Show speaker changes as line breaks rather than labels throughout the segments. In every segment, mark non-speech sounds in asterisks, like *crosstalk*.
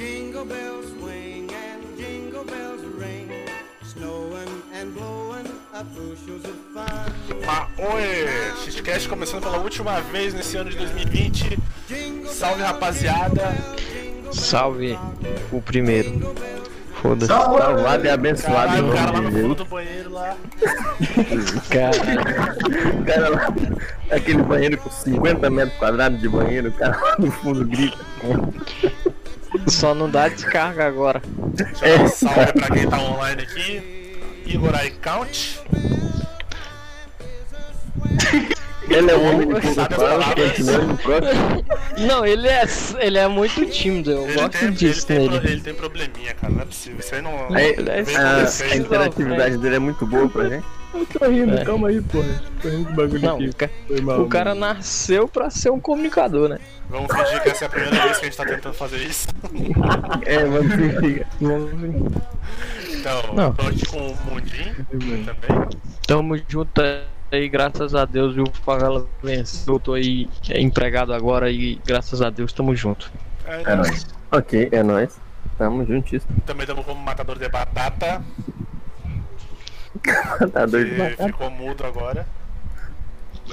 bells swing and jingle bells ring, snowing and blowing up bushels of fun.
Maoi! Xcast começando pela última vez nesse ano de 2020. Salve rapaziada!
Salve o primeiro. Foda-se. Salvado e abençoado
Caralho,
em
o cara lá
nome
no
de
fundo
Deus.
do banheiro lá.
Cara, o cara lá, aquele banheiro com 50 metros quadrados de banheiro, o cara lá no fundo grita.
Só não dá descarga agora.
Deixa eu dar um salve pra quem tá online aqui. Igor iCount.
Ele é o homem de pouca
Sabe as
fala,
palavras?
continuando no próximo.
Não, ele é ele é muito tímido, eu
Ele
gosto
tem, ele,
disso
tem,
nele.
pro- ele tem probleminha, cara. Não é possível. Isso aí não.
Aí,
Ele-
a, a interatividade dele é muito boa pra gente.
Tô rindo,
É.
calma aí, porra. Tô rindo do bagulho
Não,
aqui.
o, ca-
Foi mal.
o cara nasceu pra ser um comunicador, né?
Vamos fingir que essa é a primeira vez que a gente tá tentando fazer isso.
É, *laughs* mano, se liga.
Então,
Não.
tô aqui com o Mundinho também.
Tamo junto aí, graças a Deus, viu? Favela venceu. Eu tô aí é, empregado agora e graças a Deus tamo junto.
É,
É nóis. Ok, é nóis. Tamo juntíssimo. *laughs*
Também estamos como matador de batata,
Tá doido de
que
matar.
ficou mudo agora.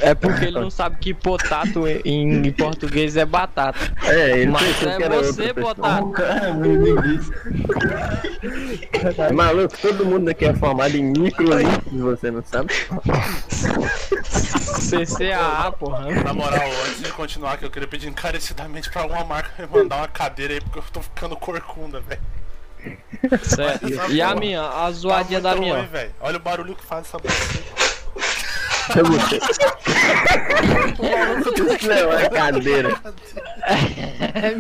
É porque ele não sabe que potato em, em português é batata.
É, ele
Mas
pensou
é
que era
você,
outra pessoa.
Botato.
Cara, é meu Deus. Maluco, todo mundo aqui é formado em micronitos, você não sabe?
CCAA, porra.
Na moral, antes de continuar, que eu queria pedir encarecidamente pra alguma marca me mandar uma cadeira aí, porque eu tô ficando corcunda, velho.
Certo. E a minha, a zoadinha
Tá
da
muito ruim,
minha.
velho. Olha o barulho que faz essa boca.
Eu gostei. Não, é cadeira.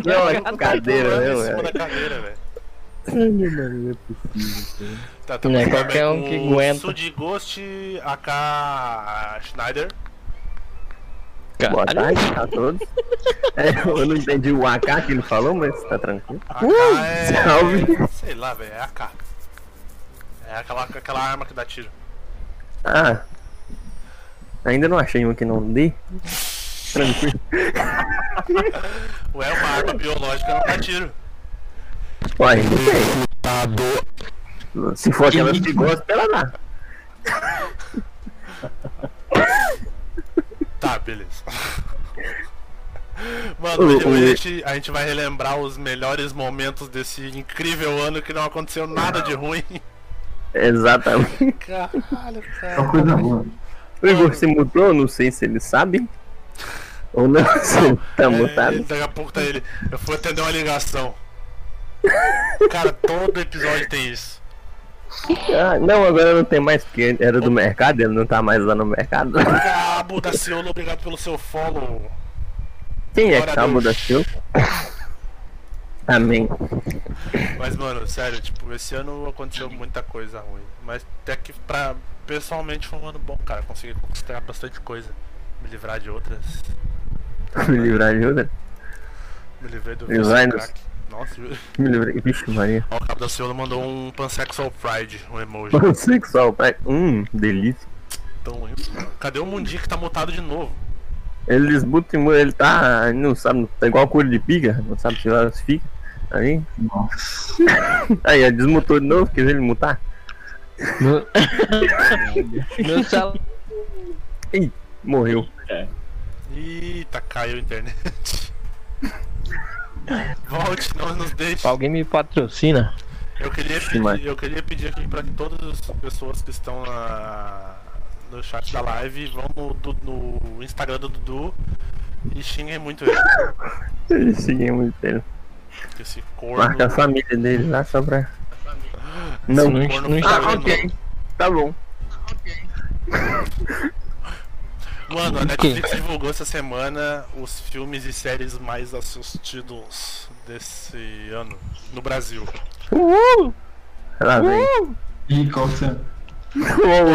Não, é cadeira,
Pulando
né,
em cima
velho?
da cadeira, velho.
Ai, meu mano, não é possível.
Tá,
Não é
também
qualquer um
com
que aguenta.
o Sudi Ghost AK Schneider.
Boa
Caralho.
tarde a todos. É, eu não entendi o AK que ele falou, mas tá tranquilo.
AK é.
salve.
Sei lá, velho. É AK. É aquela, aquela arma que dá tiro.
Ah. Ainda não achei um que não dê. Tranquilo.
Ou é uma arma biológica, não dá tiro.
Uai, não sei. Se for aquelas que gostam, ela dá.
Tá, beleza. *laughs* Mano,
Ô,
hoje, hoje a,
ô, ô.
gente, a gente vai relembrar os melhores momentos desse incrível ano que não aconteceu nada de ruim.
Exatamente.
Caralho,
É
cara.
uma coisa boa.
O Igor se mutou, não sei se ele sabe. Ou não, *laughs* se ele tá
É,
mutado.
daqui a pouco tá ele. Eu fui atender uma ligação. Cara, todo episódio tem isso.
Ah, não, agora não tem mais, porque era do mercado, ele não tá mais lá no mercado.
*laughs* Cabo da Ciolo, obrigado pelo seu follow.
Quem é
Glória
que
a
tá
Deus.
da Silva? Amém. *laughs*
Mas, mano, sério, tipo, esse ano aconteceu muita coisa ruim. Mas até que, pra, pessoalmente, foi um ano bom, cara. Consegui conquistar bastante coisa. Me livrar de outras.
Me livrar de outra.
Me livrei do
E
vício
vai
do
nos-
crack. Nossa, viu?
Me livrei. Vixe, Maria. *laughs*
Ó, o cabo da Ciolo mandou um pansexual pride, um emoji.
Pansexual, pai. Hum, delícia.
Então, hein? cadê o Mundinho que tá mutado de novo?
Eles botam, ele tá. Não sabe, tá igual a cor de piga. Não sabe se horas fica. Aí. *laughs* Aí, ó, desmutou de novo, quis ele mutar.
Meu, Meu celular
Morreu.
Eita, caiu a internet. *laughs* Volte, não nos deixe.
Alguém me patrocina?
Eu queria,
mas-
pedir, eu queria pedir aqui pra que todas as pessoas que estão na- no chat da live vão no, du- no Instagram do Dudu e xinguem muito ele.
Ele seguiu muito ele.
Esse corno.
Marca a família dele lá só pra.
Não,
Não.
não,
corno
não
fica
está.
Ah,
vendo.
ok. Tá bom.
Mano, a Netflix divulgou essa semana os filmes e séries mais assistidos desse ano no Brasil.
Uhul! Lá vem.
E qual que você. é?
Bom,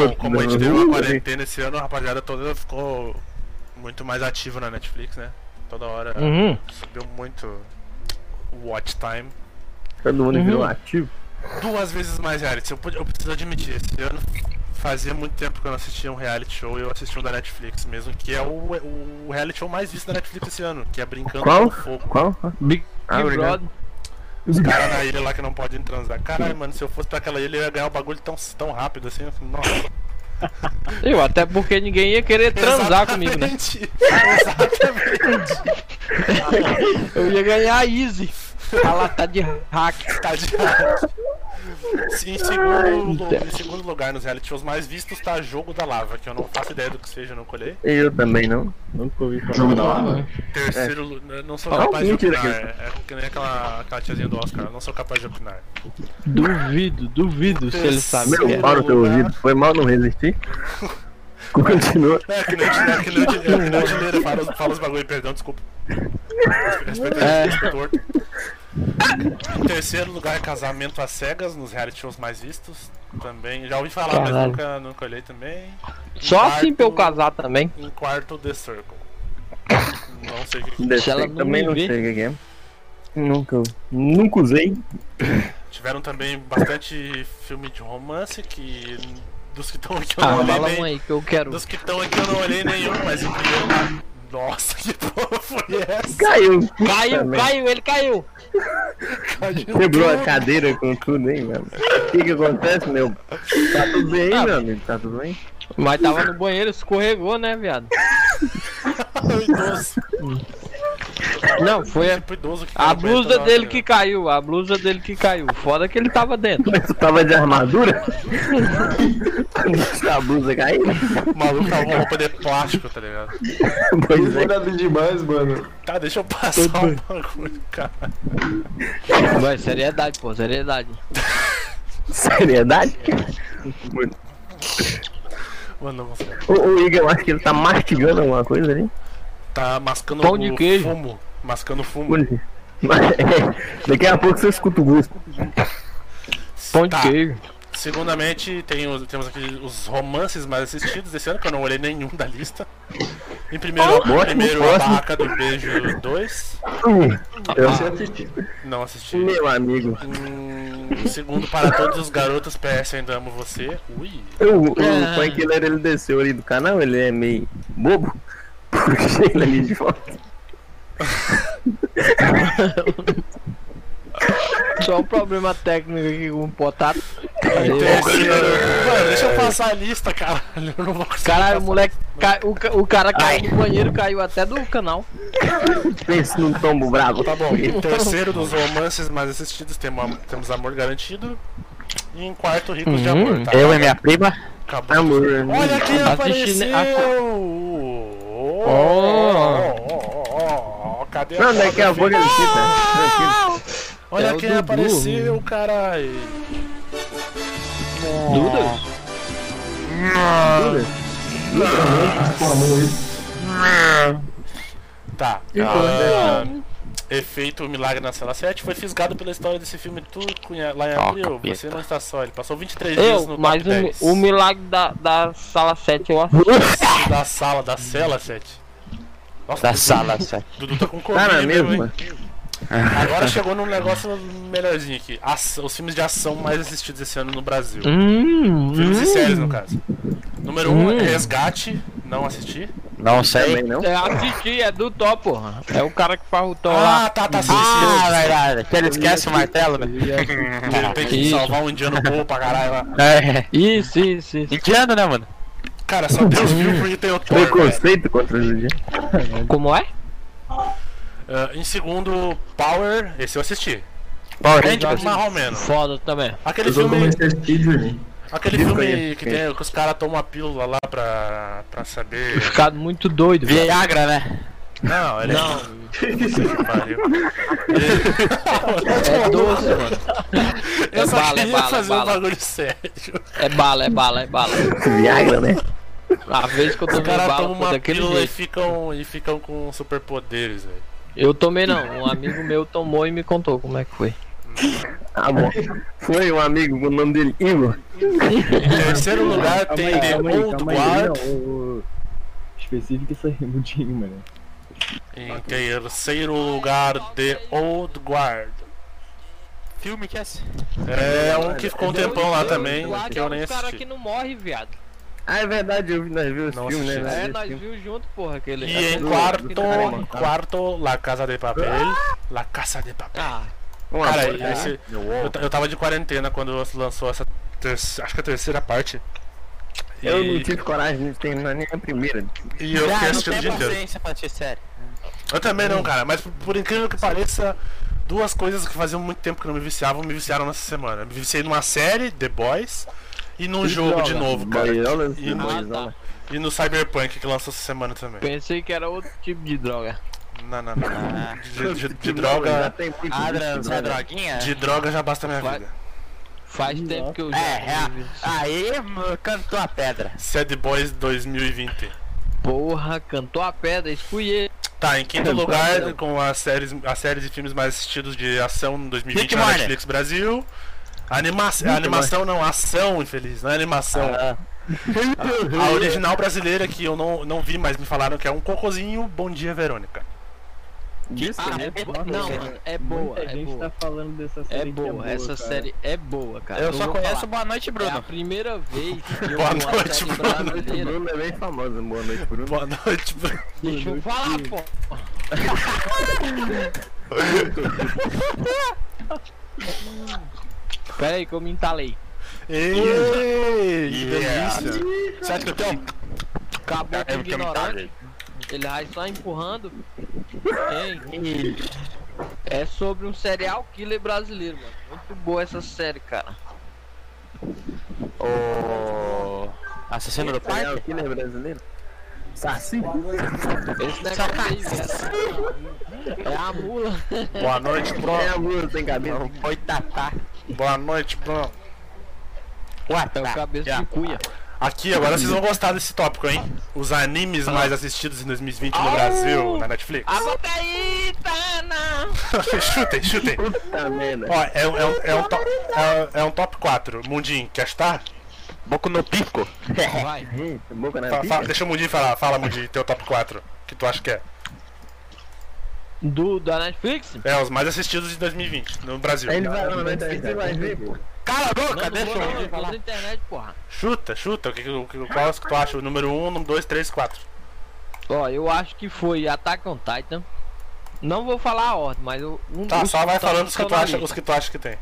Então, como a gente é- teve uma quarentena esse ano, a rapaziada toda ficou muito mais ativa na Netflix, né? Toda hora
Uhum.
subiu muito o watch time.
Todo mundo virou
Uhum.
ativo.
Duas vezes mais reality, eu, pude- eu preciso admitir, esse ano fazia muito tempo que eu não assistia um reality show e eu assisti um da Netflix mesmo, que é o, o reality show mais visto da Netflix esse ano, que é Brincando
Qual?
com Fogo.
Qual?
Big
Ah, obrigado.
Brother.
Os caras na ilha lá que não podem transar. Caralho, mano, se eu fosse pra aquela ilha, eu ia ganhar o bagulho tão, tão rápido assim. Nossa.
Eu, até porque ninguém ia querer transar comigo, né?
Exatamente. Exatamente.
Eu ia ganhar easy. Ela tá de hack.
Tá de Sim, em segundo, lu- em segundo lugar nos reality shows mais vistos tá Jogo da Lava, que eu não faço ideia do que seja, eu não colhei.
Eu também não.
Nunca ouvi falar.
Jogo da lava?
É.
Terceiro, lu- eu não sou
Ah,
capaz de
mentira
opinar. É, é que nem aquela, aquela tiazinha do Oscar, eu não sou capaz de opinar.
Duvido, duvido se ele sabe. o que
Meu
é.
pau no teu ouvido, foi mal não resistir? Continua.
É que nem, é
*laughs*
que nem, o Di- é que nem o Dileira fala, os- fala os bagulho, perdão, desculpa. Respeito
É.
respeito torto. Em terceiro lugar, Casamento às Cegas, nos reality shows mais vistos. Também, já ouvi falar, mas
Caralho.
nunca, nunca olhei também.
Só assim pra eu casar também.
Em quarto, The Circle. Não sei o que
Desse
ela
aí
não
também
me
não
ver-
sei o que que é. Nunca, nunca usei.
Tiveram também bastante filme de romance que. Dos que estão aqui eu
Ah,
não olhei
fala um
nem.
aí que eu quero.
Dos que estão aqui eu não olhei nenhum, mas o primeiro. lá- Nossa, que porra foi essa?
Caiu.
Caiu,
Também.
caiu, ele caiu.
Quebrou a cadeira com tudo, hein, mano. O que que acontece, meu? Tá tudo bem,
Ah,
meu amigo? Tá tudo bem?
Mas tava no banheiro, escorregou, né, viado?
O idoso.
Não, foi a,
Tipo idoso que
É. a
tava perto
blusa
da-
dele que caiu, a blusa dele que caiu. Foda que ele tava dentro.
Mas tu tava de armadura? Deixa *laughs* a blusa cair?
O maluco tava com roupa de plástico, tá ligado?
Pois é.
Cuidado demais, mano.
Tá, deixa eu passar o bagulho, cara.
Vai, seriedade, pô, seriedade.
Seriedade?
Mano, não consigo.
O, o Igor, eu acho que ele tá mastigando alguma coisa ali.
Tá mascando
Pão de
o
queijo.
fumo. Mascando fumo.
Bonito. Mas, é, daqui a pouco você escuta o gosto.
Pão de
Tá.
queijo.
Segundamente, tem os- temos aqui os romances mais assistidos desse ano, que eu não olhei nenhum da lista. Em primeiro,
Ah,
ótimo,
primeiro a
próximo.
Barraca do Beijo 2,
Hum, eu-
Você assistiu.
não assisti.
meu amigo.
Em segundo, Para Todos os Garotos PS Ainda Amo Você. Ui,
O, o
Ah.
Frank Miller, ele desceu ali do canal, ele é meio bobo. *laughs* Puxei ele é ali de volta.
Só um problema técnico aqui com o tá? potato.
em terceiro... Mano, deixa eu passar a lista, caralho, eu não vou conseguir
Caralho, o
passar.
moleque. cai- o, ca- o cara caiu no banheiro, caiu até do canal.
Pensa num tombo bravo.
Tá bom, em
então.
terceiro dos romances mais assistidos temos, temos Amor Garantido. E em quarto, Ricos de Amor, tá?
Uhum. e minha prima.
Acabou.
Amor. é
Olha quem
Assisti-
apareceu!
a-
Oh, oh, oh, cadê
Não, é daqui a
foto,
pouco ele
filho?
cita. Tranquilo.
Olha
É o
quem
Dudu.
apareceu, caralho!
Duda?
Tá. Ah, efeito Milagre na Sala 7 foi fisgado pela história desse filme turco em- lá em abril. Você não está só, ele passou 23 dias no
Eu,
top
mas o,
10.
mi- o milagre da, da sala 7 eu assisti.
Da sala, da cela 7. Nossa,
Da
Dudu-
sala, sabe?
Dudu tá com
Tá na
Covid mesmo, hein?
mesma?
Agora chegou num negócio melhorzinho aqui. Ação- os filmes de ação mais assistidos esse ano no Brasil.
Uhum.
Hum,
Filmes
hum.
e séries, no caso. Número 1, um,
Hum.
Resgate. Não assisti.
Não
Também
sei.
não?
É, assisti, é do Thor, porra. É o cara que faz o Thor
Ah,
lá.
tá, tá, sim,
Ah,
sim.
verdade. Que ele esquece o martelo, né?
Ele tem que
Isso.
salvar um indiano bobo pra caralho lá.
É.
Isso, isso, isso.
Indiano, né, mano?
Cara, só Deus viu porque tem né? o Thor. velho.
Preconceito contra os indígenas.
Como é?
Ah, em segundo, Power. Esse eu assisti.
Power
Grande
Rangers.
mais ou menos.
Foda também.
Aquele
Eu só
filme,
comecei a assistir, Juninho.
aquele
Diz
filme
aí,
que,
quem?
tem, que os caras tomam a pílula lá pra, pra saber.
Ficado muito doido, velho.
Viagra, né?
Não, ele não. *laughs*
É doce, mano.
*laughs*
É
Eu só
bala, é
queria
bala, é
fazer um
bala.
bagulho sério.
É bala, é bala, é bala.
*laughs* Viagra, *laughs* né?
A vez que eu
Os
tomei
caras
bala
tomam
foi
uma
daquele
pílula e
jeito.
ficam, e ficam com superpoderes, velho.
Eu tomei não, um amigo meu tomou e me contou como é que foi.
Tá bom. Foi um amigo com o nome dele, Igor.
Em terceiro lugar
Calma
tem
aí,
The
calma aí,
Old
calma aí.
Guard.
Não, ô, ô, Específico isso aí, *laughs* mudinho, mano.
Em terceiro lugar, The Old Guard.
Filme que é esse?
É um que ficou um tempão lá também,
é
que
um
eu nem
Os caras que
assisti.
não morre, viado.
Ah, é verdade, eu vi, nós vimos
Não
esse filme,
assisti.
né?
É,
Nós vimos
nós
esse filme.
viu junto, porra, aquele.
E em
é um
aquele-
quarto,
aquele-
em quarto, La Casa de Papel. La Casa de Papel.
Ah,
Vamos
É,
lá,
Cara,
bora.
esse-
né?
eu, ta- eu tava de quarentena quando lançou essa. terce- acho que é a terceira parte.
eu
E-
não tive coragem de terminar nem a primeira.
E eu
Ah,
fiquei
não
assistindo o
tem
dia inteiro.
paciência pra assistir sério.
Eu também não, cara, mas por- por incrível que pareça, duas coisas que faziam muito tempo que não me viciavam, me viciaram nessa semana. Me viciei numa série, The Boys, e num Um jogo de novo, cara.
Boiolas,
E-
boiolas.
E no Cyberpunk que lançou essa semana também.
Pensei que era outro tipo de droga.
Não, não,
*laughs*
não.
Ah.
De, de- de
Já
droga.
tem muito
Adrian,
disso,
você é
droga.
droguinha?
De droga já basta minha
Vai.
vida.
Faz tempo que eu já.
É, Aí, mano, cantou a pedra.
Sad é Boys 2020.
Porra, cantou a pedra, isso fui eu.
Tá, em quinto lugar, com as séries, as séries e filmes mais assistidos de ação em 2020
Rick
na
Morty.
Netflix Brasil. Anima animação não, ação, infeliz, não é animação. A original brasileira que eu não, não vi, mas me falaram que é um cocôzinho. Bom dia, Verônica.
Disso
Ah,
mesmo.
né?
é-
né? Não, mano, é boa,
Muita
é
gente tá
boa.
falando dessa
É
série. que
boa, essa
cara.
série é boa, cara.
Eu só
vou
conheço
falar.
Boa Noite,
É a
Bruno.
primeira vez que
*laughs*
eu
Boa
vi uma
noite,
série
Bruno.
brasileira.
Bruno é bem famosa, boa noite, Bruno.
Boa noite, Bruno.
Deixa eu falar, pô.
*laughs*
Pera aí que eu me entalei.
Ei,
Yeah.
que delícia.
Você acha que eu tenho? um
Acabou com o
É, porque eu me
ignorante. Ele vai só empurrando. Hein? É sobre um serial killer brasileiro, mano. Muito boa essa série, cara.
O... Assassino
É
do
o
parque?
killer brasileiro?
Esse
Saci?
negócio aí, velho. É a mula.
Boa noite,
É a
Bruno.
blusa sem cabeça.
Não, foi tatá.
Boa noite, Bruno.
É o cabeça de cuia.
Aqui, agora vocês vão gostar desse tópico, hein? Os animes mais assistidos em 2020 no Brasil, na Netflix.
boca aí, Tana!
*laughs* chutem, chutem.
Puta merda.
Ó, é, um- é, um- é, um top, é, um- é um top 4. Mundinho, quer estar?
Boco no pico.
Vai.
Gente, boca na
Fa- fa-
pica.
deixa o Mundinho falar. Fala, Mundinho, teu top 4. Que tu acha que é?
Do, da Netflix?
É, os mais assistidos de 2020 no Brasil.
Aí ele vai lá na Netflix e vai ver, pô.
Cala a boca,
Não, não
deixa
vou,
eu
não,
ouvir
eu tô
falar.
na internet, porra.
Chuta, chuta. O que, o que, qual é que tu acha? O número 1, número 2, 3, 4.
Ó, eu acho que foi Attack on Titan. Não vou falar a ordem, mas eu. Um,
Tá,
os
só vai
que
falando
tá-
os que, tu
estão na
acha, os
lista.
que tu acha que tem.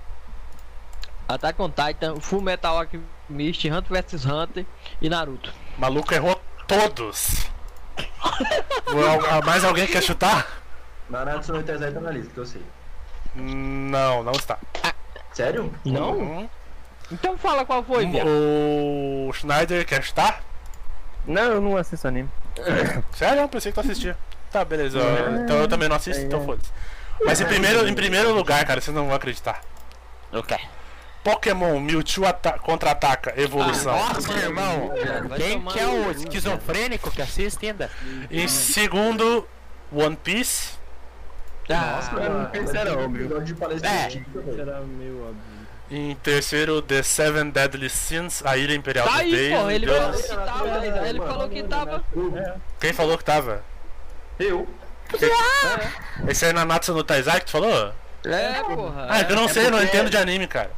Attack on Titan, Full Metal Alchemist, Hunter vs Hunter e Naruto.
O maluco errou
*laughs*
todos. Al- ah, Mais alguém quer chutar?
Naruto no Itazai tá na lista, que eu sei.
Não, não está.
Sério?
Não?
Uhum.
Então fala qual foi, viado.
O Schneider quer chutar?
Não, eu não assisto anime.
Sério? Eu pensei que tu assistia. Tá, beleza. eu- Então eu também não assisto, então
É.
foda-se. Mas em primeiro, em primeiro lugar, cara, vocês não vão acreditar.
Ok.
Pokémon Mewtwo ata- contra-ataca Evolução.
Ah,
Ah.
Nossa, irmão.
Vai
Quem
tomar
que é
no
o
cu,
esquizofrênico que assiste ainda?
em segundo, One Piece.
Ah,
não pensei, era óbvio.
Não de palestra
É.
científica,
Isso
velho.
era meio óbvio.
Em terceiro, The Seven Deadly Sins, a Ilha Imperial
tá
do
aí,
Deus.
porra. Ele
Deus-
falou que tava. Ele falou que tava.
Quem falou que tava?
Eu?
Esse aí Nanatsu no Taizai que tu falou?
É, porra.
Ah,
é.
é que eu não sei, eu não entendo de anime, cara.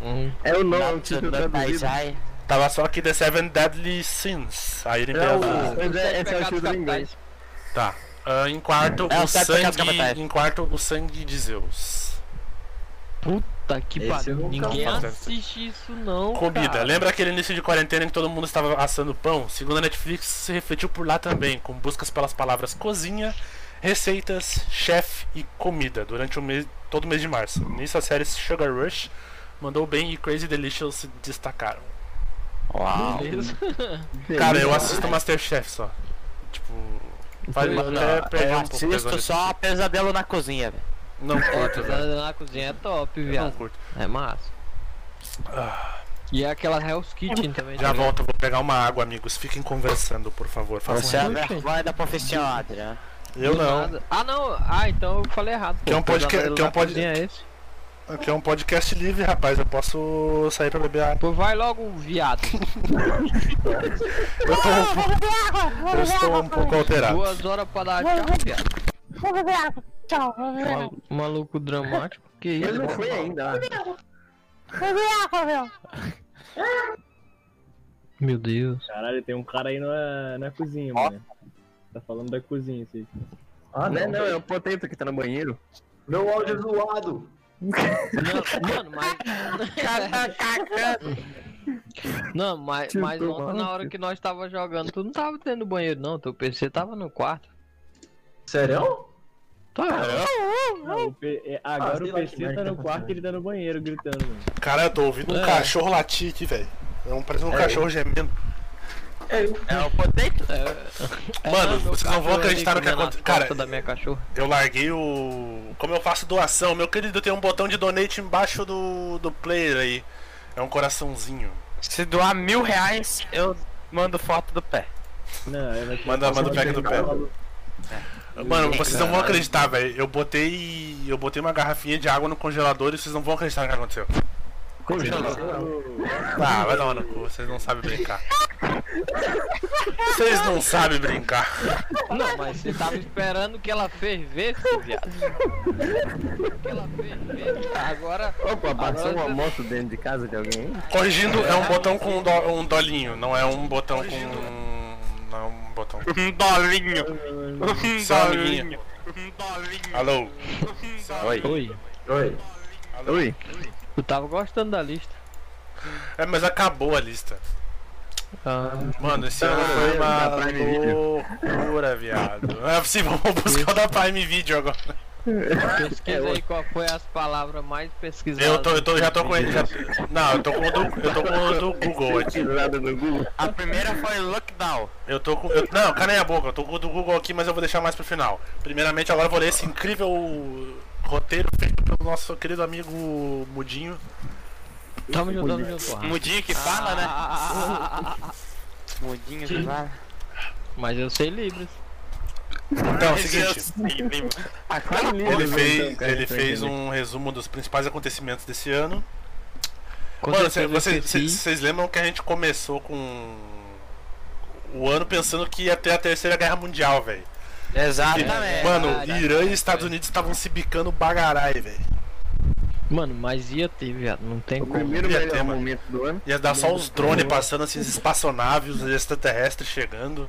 Hum.
É o nome, é o
Natsu
título
no
traduzido.
ah,
Taizai.
Tava só aqui The Seven Deadly Sins, a Ilha
É
Imperial
o...
do Deus.
Pois é,
Os
Esse é o
Sete
título
Pecados
em inglês.
Tá. Ah, em quarto,
É,
o
os sete pecados
sangue.
capitais.
Em quarto, o sangue de Zeus.
Tá que
Esse eu
pariu.
nunca
Ninguém
faço.
assiste isso, não.
Comida. né?
cara.
Lembra aquele início de quarentena em que todo mundo estava assando pão? Segundo a Netflix, se refletiu por lá também, com buscas pelas palavras cozinha, receitas, chefe e comida durante o mês, todo o mês de março. Nisso, a série Sugar Rush mandou bem e Crazy Delicious se destacaram.
Uau.
Beleza.
Cara, eu assisto Masterchef só. Tipo. Faz
Eu
até pegar
Eu
é,
um pouco
assisto
pesado.
só pesadelo na cozinha, velho.
Não curto, velho.
Tá Na cozinha é top,
Eu Não
viado.
curto.
É massa.
Ah,
E é aquela Hell's Kitchen também.
já
tá ligado?
volto, vou pegar uma água, amigos. Fiquem conversando, por favor.
Você é
Façam
a
isso.
vergonha da né? profissão, Adriano.
Eu
Do
não.
nada. Ah, não. Ah, então eu falei errado. pô.
Que é um podcast-
Pesadelo
que é um
na
pod-
cozinha É esse?
Aqui é um podcast livre, rapaz. Eu posso sair pra beber água.
Pô, vai logo,
*laughs*
viado.
Eu tô
*laughs*
um pouco, eu estou um pouco alterado.
Duas horas pra dar tchau, viado.
Vou beber água. Tchau, vou beber água.
Malu- Maluco dramático. Que
Ele
isso?
não foi ainda, ó.
Vou beber água, meu.
Meu Deus.
Caralho, tem um cara aí na, na cozinha, mano. Tá falando da cozinha, assim.
Ah,
Não, é não, é o Potato que tá no banheiro.
Meu áudio é zoado.
Não, mano, mas. Não, mas,
Tinha
mas
tomado.
ontem na hora que nós tava jogando, tu não tava dentro do banheiro, não. Teu PC tava no quarto.
Serão?
Tá,
Não, o P- é,
Ah,
agora
sei
o
lá que
PC
merda
tá no
tá
quarto
fazendo.
e ele tá no banheiro gritando, mano.
Cara, eu tô ouvindo um
É.
cachorro latir aqui, velho. É um, parece um
É.
cachorro gemendo.
É o potato?
É,
Mano,
meu
vocês não vão
cachorro
acreditar
ali
no que
comendo
aconte-
as
cara,
costas da minha cachorra.
Eu larguei o. Como eu faço doação, meu querido, tem um botão de donate embaixo do, do player aí. É um coraçãozinho.
Se doar mil reais, eu mando foto do pé.
Não, ele vai
Manda, manda o pega do pé. É. Mano, vocês não vão acreditar, velho. Eu botei. Eu botei uma garrafinha de água no congelador e vocês não vão acreditar no que aconteceu. Ah, vai dar uma no cu, vocês não sabem brincar. Vocês não sabem brincar.
Não, mas você tava esperando que ela fervesse,
*laughs*
viado. Que ela fervesse. Agora.
Ah,
Opa, passou
Agora-
um almoço dentro de casa de alguém?
Corrigindo é um botão com um, dó- um dolinho, não é um botão com. Não é um botão.
Um dolinho. Um
Só amiguinho.
dolinho. Um dolinho.
Alô? Oi.
Oi.
Oi.
Oi?
Tu tava gostando da lista.
É, mas acabou a lista.
Ah,
Mano, esse ano foi uma loucura, viado. Não é possível, vou *laughs* buscar o da Prime Video agora.
Ah,
pesquisa aí qual foi as palavras mais pesquisadas.
Eu tô, eu tô, já tô com ele. Já... Não, eu tô com o do, eu tô com o do Google aqui.
*laughs* Tirada no Google.
A primeira foi lockdown.
Eu tô com. eu- não, calem a boca, eu tô com o do Google aqui, mas eu vou deixar mais pro final. Primeiramente, agora eu vou ler esse incrível roteiro feito pelo nosso querido amigo Mudinho.
Tamo junto, tamo junto. Ah,
Mudinho que fala, né? Mudinho que fala.
Mas eu sei Libras.
Então, é o
Esse eu
seguinte.
sei, primo.
Ah, claro,
Ele fez, ele fez um resumo dos principais acontecimentos desse ano.
Quando
Mano,
eu
cê-
fiz
vocês
esse
vocês- vocês lembram que a gente começou com o ano pensando que ia ter a terceira guerra mundial, velho.
Ah,
Que-
Exatamente.
Mano,
Caraca,
Irã e Estados Unidos estavam se bicando bagarai, velho.
Mano, mas ia ter, viado. Não tem
O
como.
primeiro
Ia
melhor
ter, mano.
momento do ano.
Ia dar só os drones passando assim, as espaçonaves, os extraterrestres chegando.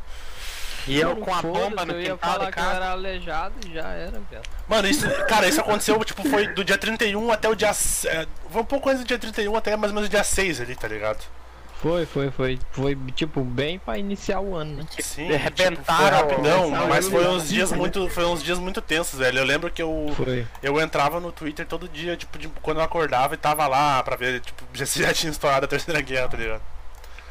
E eu com a
Foda-se,
bomba no
Eu ia
quintal
falar
do
que eu
cara.
era aleijado e já era, viado.
Mano, isso, cara, isso aconteceu, tipo, foi do dia 31 até o dia. se- é, Foi um pouco antes do dia 31 até mais ou menos o dia 6 ali, tá ligado?
Foi, foi, foi. Foi, tipo, bem pra iniciar o ano, né?
Sim,
De
foi
arrebentaram.
rapidão, mas foi uns dias muito, foi uns dias muito tensos, velho. Eu lembro que eu
Foi.
Eu entrava no Twitter todo dia, tipo, de- quando eu acordava e tava lá pra ver, tipo, *laughs* já- se já tinha estourado a terceira guerra, tá ligado?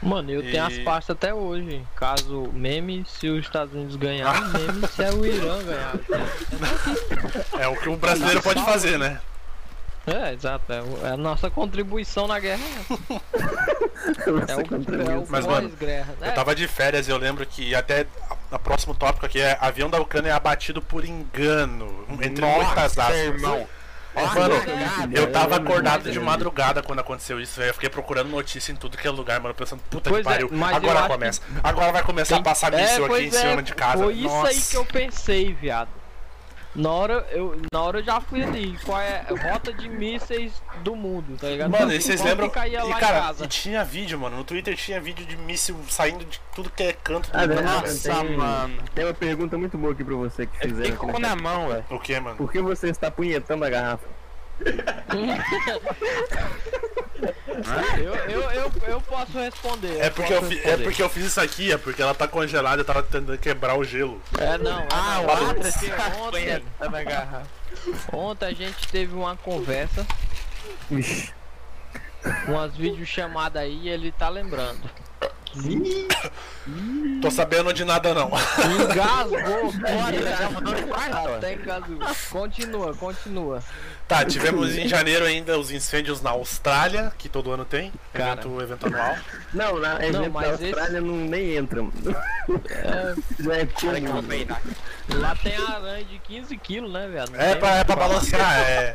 Mano, eu tenho as
E-
pastas até hoje. Caso meme, se os Estados Unidos
*laughs*
ganharem, meme, se é o Irã ganhar.
É o que o brasileiro pode fazer, né?
É, exato. É, o- é a nossa contribuição na guerra. né?
um
É o, é o
Mas, mano,
pós-guerra. né?
Eu tava de férias e eu lembro que até o próximo tópico aqui é avião da Ucrânia é abatido por engano, entre muitas aspas.
irmão.
Mano,
É,
eu
um
tava acordado
Mas
de
é-
madrugada quando aconteceu isso, velho. Eu fiquei procurando notícia em tudo que é lugar, mano, pensando, puta
Pois
que
é,
pariu,
mas eu
agora
acho
começa. Agora vai começar
Tem- É,
a passar míssil aqui
pois
em cima de casa.
Foi isso
Nossa.
aí que eu pensei, viado. Na hora, eu, na hora eu já fui ali, qual é a rota de mísseis do mundo, tá ligado?
Mano,
Eu
e vocês
fui
lembram?
e caía
E
lá em
cara,
casa.
e tinha vídeo, mano. No Twitter tinha vídeo de míssil saindo de tudo que é canto do
Ah,
mundo,
né?
velho.
Nossa,
Tem-
mano.
Tem uma pergunta muito boa aqui pra você que
Eu
fizeram.
fiquei com o cu
aqui
É na
no chat.
mão, velho.
O que, mano?
Por que você está punhetando a garrafa?
Eu, eu, eu, eu posso responder.
É porque, eu
posso
fi- é
responder.
porque eu fiz isso aqui, é porque ela tá congelada, eu tava tentando quebrar o gelo.
É, não, é
Ah,
não,
o Atlas
porque
tá
ontem,
apanhando a garrafa.
ontem a gente teve uma conversa,
Ixi.
umas videochamadas aí, e ele tá lembrando.
Tô sabendo de nada não. *laughs*
*laughs* Engasgou,
Já
bora.
mudou de quarto.
Até engasgou. Continua, continua.
Tá, tivemos em janeiro ainda os incêndios na Austrália, que todo ano tem.
Cara.
Evento, evento anual.
Não, na
Não,
evento da
mas esse-
Austrália não nem entra. mano.
É,
*laughs* Já é
Cara, que eu vou né?
comum.
peinar.
Lá tem aranha de 15 quilos, né, velho? Não
É
tem
pra, é pra balancear, é.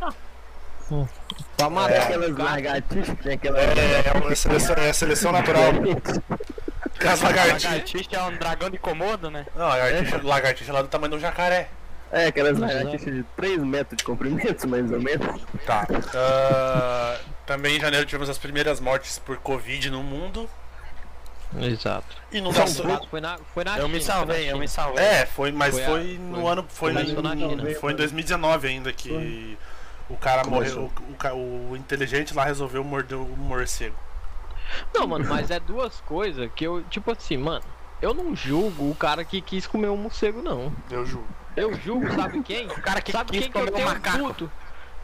pra matar.
é.
Aquelas lagartixas que tem aquela.
É, é, é seleção, é seleção natural. Com As lagartixas.
Lagartixa é um dragão de comodo, né?
Não, lagartixa, lagartixa lá do tamanho de um jacaré.
*laughs* É, aquelas lagartixas de 3 metros de comprimento, mais ou menos.
Tá. Ah, também em janeiro tivemos as primeiras mortes por Covid no mundo.
Exato.
Inundação.
Foi na, foi na
Então, Eu me
China, né?
salvei,
foi
eu
na
me
China.
salvei.
É, foi, mas
Foi
foi,
a-
no
foi-
ano. Foi,
começou na China. né?
foi em 2019 ainda que o cara morreu. O, ca- o inteligente lá resolveu morder o morcego.
Não, mano, mas é duas coisas que eu, tipo assim, mano, eu não julgo o cara que quis comer um morcego, não.
Eu juro.
Eu julgo, sabe quem?
O cara que
sabe
quis
quem que
comer
eu
um
tenho
macaco.
puto?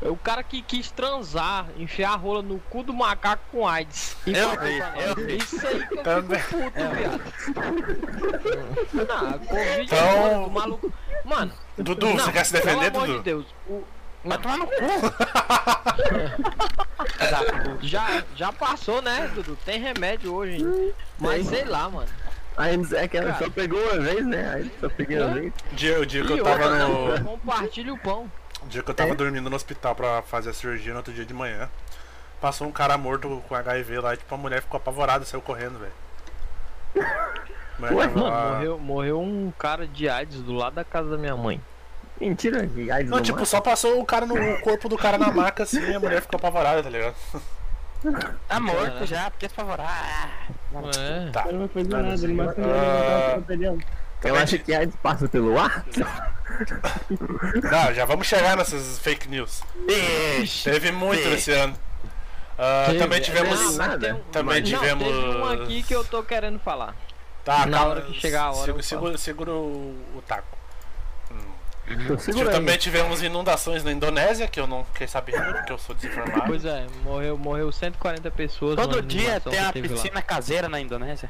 É o cara que quis transar, enfiar a rola no cu do macaco com AIDS. E
Eu
falou,
vi,
mano,
eu vi.
Isso aí que eu
Também.
fico puto, viado. Ah, Covid,
Então-
mano, o maluco. Mano,
Dudu,
não,
você quer se defender,
pelo amor de
Dudu?
Deus, o,
Vai tomar no cu.
*laughs* já, já passou, né, Dudu? Tem remédio hoje, hein? Mas sei lá, mano.
Aí é que ela
Cara.
só pegou uma vez, né? Aí só peguei uma vez.
Dia, o dia que
E
eu tava
outra,
no.
né? Compartilha o pão.
O dia que eu tava
É?
dormindo no hospital pra fazer a cirurgia no outro dia de manhã, passou um cara morto com HIV lá e tipo, a mulher ficou apavorada, saiu correndo, velho. A mulher tava
Mano,
lá-
morreu, morreu um cara de AIDS do lado da casa da minha mãe.
Mentira, que AIDS
Não, tipo, só passou o cara no o corpo do cara na maca assim e a mulher ficou apavorada, tá ligado?
né?
Tá morto já, porque se favorar.
É.
Tá.
Ele não vai fazer nada, ele vai fazer
Ah.
nada, ele vai
assim, Eu acho que AIDS passa pelo ar.
Não, já vamos chegar nessas fake news.
Ixi.
Teve muito
Sim.
esse ano. Ah,
Teve,
também tivemos.
não, mas tem um-
também
Não,
tivemos.
teve um aqui que eu tô querendo falar.
Tá,
na
calma,
hora que chegar a hora eu
Segura, segura, segura o o taco.
Segura aí.
Também tivemos inundações na Indonésia, que eu não fiquei sabendo, porque eu sou desinformado.
Pois é, morreu, morreu 140 pessoas.
Todo
numa
dia
inundação
tem
que
uma
teve lá.
piscina caseira na Indonésia.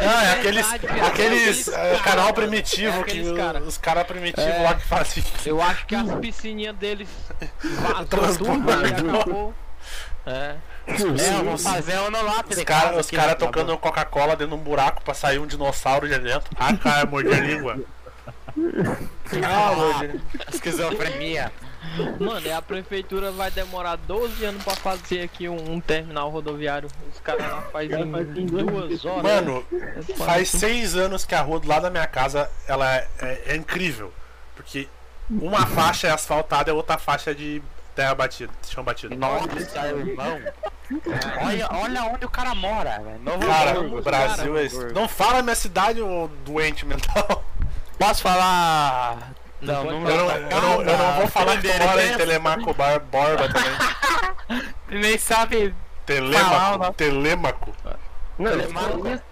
Ah, é aqueles,
verdade, verdade,
aqueles
aqueles
eh, canal
cara.
primitivo
É
que
aqueles
o-
cara.
os caras primitivos
É.
lá que assim, fazem.
Eu acho que as piscininhas deles vazou tudo
Transformaram.
e acabou. É.
É, eu vou fazer um no lápis.
Os caras os cara tocando Coca-Cola dentro de um buraco pra sair um dinossauro de dentro. Ah, cara, mordeu a *laughs* língua. Ah, mordeu.
Esquizofrenia.
Mano, e a prefeitura vai demorar 12 anos pra fazer aqui um, um terminal rodoviário. Os caras lá fazem
Cara, faz
em
em dois
duas horas.
Mano,
É
faz seis anos que a rua do lado da minha casa ela é, é- é incrível. Porque uma faixa é asfaltada e a outra faixa é de terra batida, chão batido.
Nossa, irmão. Olha, olha onde o cara mora, velho. Novo
Cara,
Hamburgo.
o Brasil
cara,
é isso. Não fala minha cidade, ô doente mental.
Posso falar. Não,
pode
Eu não, eu não, eu não vou falar que mora em Telemaco Bar- Borba também.
Nem sabe. Falar o
Telemaco,
nome.
Telemaco.
Não,
Telemaco.
isso,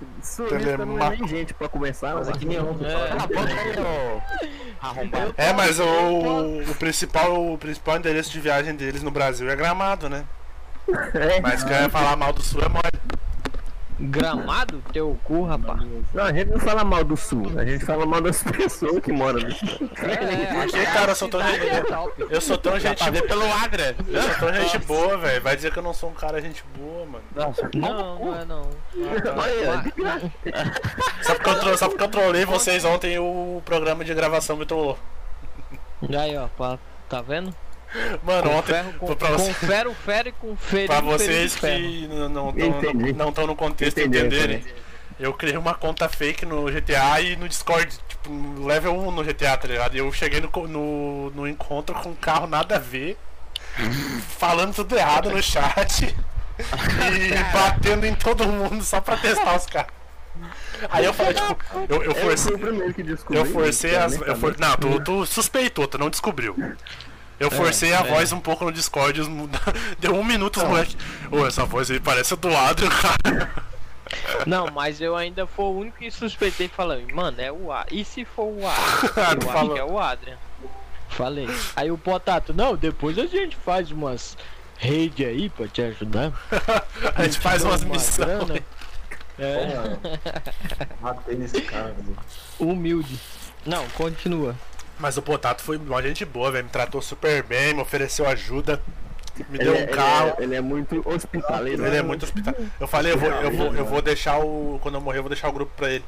isso não é nem gente pra né? começar.
Mas aqui nenhum que fala.
Cala a boca aí, ô. Arrombado.
É, mas o, o principal, o principal endereço de viagem deles no Brasil é Gramado, né?
É.
Mas quer falar mal do Sul é mole.
Gramado teu cu, rapaz.
Não, a gente não fala mal do sul, a gente fala mal das *laughs* pessoas que moram no sul.
É,
Porque, cara, eu sou tão,
cidade é
eu,
top.
eu sou tão gente,
Pra ver pelo Agra.
eu sou tão gente boa, velho. Vai dizer que eu não sou um cara gente boa, mano.
Não, não é não.
Olha,
Só porque eu, tro- só porque eu trolei vocês ontem o programa de gravação me trollou.
Aí, ó, pá, tá vendo?
Mano,
Com
ontem,
ferro, com,
pra você-
com ferro, ferro e com ferro.
Pra
e com ferro
vocês
de ferro.
que n- não
Entendi.
estão não tão no contexto
Entendi,
entenderem, eu criei uma conta fake no GTA e no Discord, tipo, no level 1 no GTA, tá ligado? E eu cheguei no, co- no, no encontro com um carro nada a ver, falando tudo errado no chat e batendo em todo mundo só pra testar os caras. Aí eu falei, tipo, eu, eu
eu
forcei.
fui o primeiro que né? descobri.
Eu forcei
cara,
as.
nem
Eu for... Não, tu, tu suspeitou, tu não descobriu. Eu forcei a voz um pouco no Discord, *laughs* os mu- deu um minuto
Tá.
os moleques. Ô, essa voz aí parece a do Adrio, cara.
Não, mas eu ainda fui o único que suspeitei falando, mano, é o A. E se for o A?
*laughs* Ah,
eu
tu
acho
falou.
que é o Adrian. Falei. Aí o Potato, não, depois a gente faz umas rede aí pra te ajudar.
A gente faz
Dá
umas
uma
missões.
grana." É,
é
Matei nesse cara, velho.
humilde. Não, continua.
Mas o Potato foi uma gente boa, velho. Me tratou super bem, me ofereceu ajuda, me
Ele,
deu
é-
um carro.
ele, é, ele é muito hospitaleiro. né?
Ele é muito hospital. Eu falei, eu vou, eu vou, eu vou deixar o. Quando eu morrer, eu vou deixar o grupo pra ele.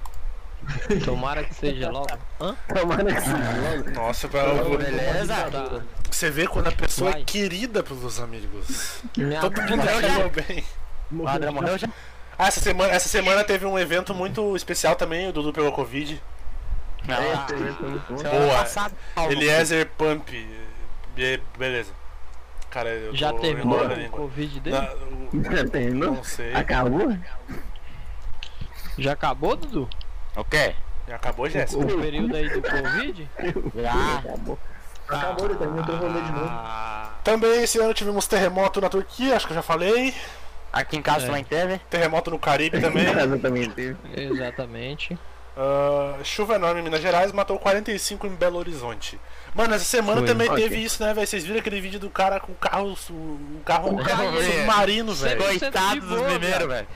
Tomara que seja logo. Hã?
Tomara que seja.
Nossa, pra- eu vou-
Beleza?
Tá.
você vê quando a pessoa é
Vai.
querida pelos amigos.
Minha
Todo mundo
Morreu já?
é bem.
O Adra morreu já?
Ah, essa semana, essa semana teve um evento muito especial também, o Dudu pegou Covid.
Ah, é- semana
Boa.
passada, Paulo.
Eliezer
assim?
Pump. Be- beleza. Cara, eu
Já
tô
terminou
enrolando a
o
língua.
Covid dele?
Na- o-
Já terminou?
Não sei.
Acabou?
Já acabou, Dudu?
O quê?
Já acabou, Jéssica?
O período aí do Covid?
Ah,
Acabou, ele terminou o rolê de novo.
Ah,
Também esse ano tivemos terremoto na Turquia, acho que eu já falei.
aqui em casa
É.
também teve?
Terremoto no Caribe
*laughs*
também.
Exatamente. teve.
exatamente.
Ah, chuva enorme em Minas Gerais, matou 45 em Belo Horizonte. Mano, essa semana
Foi,
também
ok.
teve isso, né, velho? Vocês viram aquele vídeo do cara com o carro, su- um carro, um
carro *laughs*
carro
é-
submarino, velho.
Sempre-
Coitado
de
dos
boa,
mineiros, velho.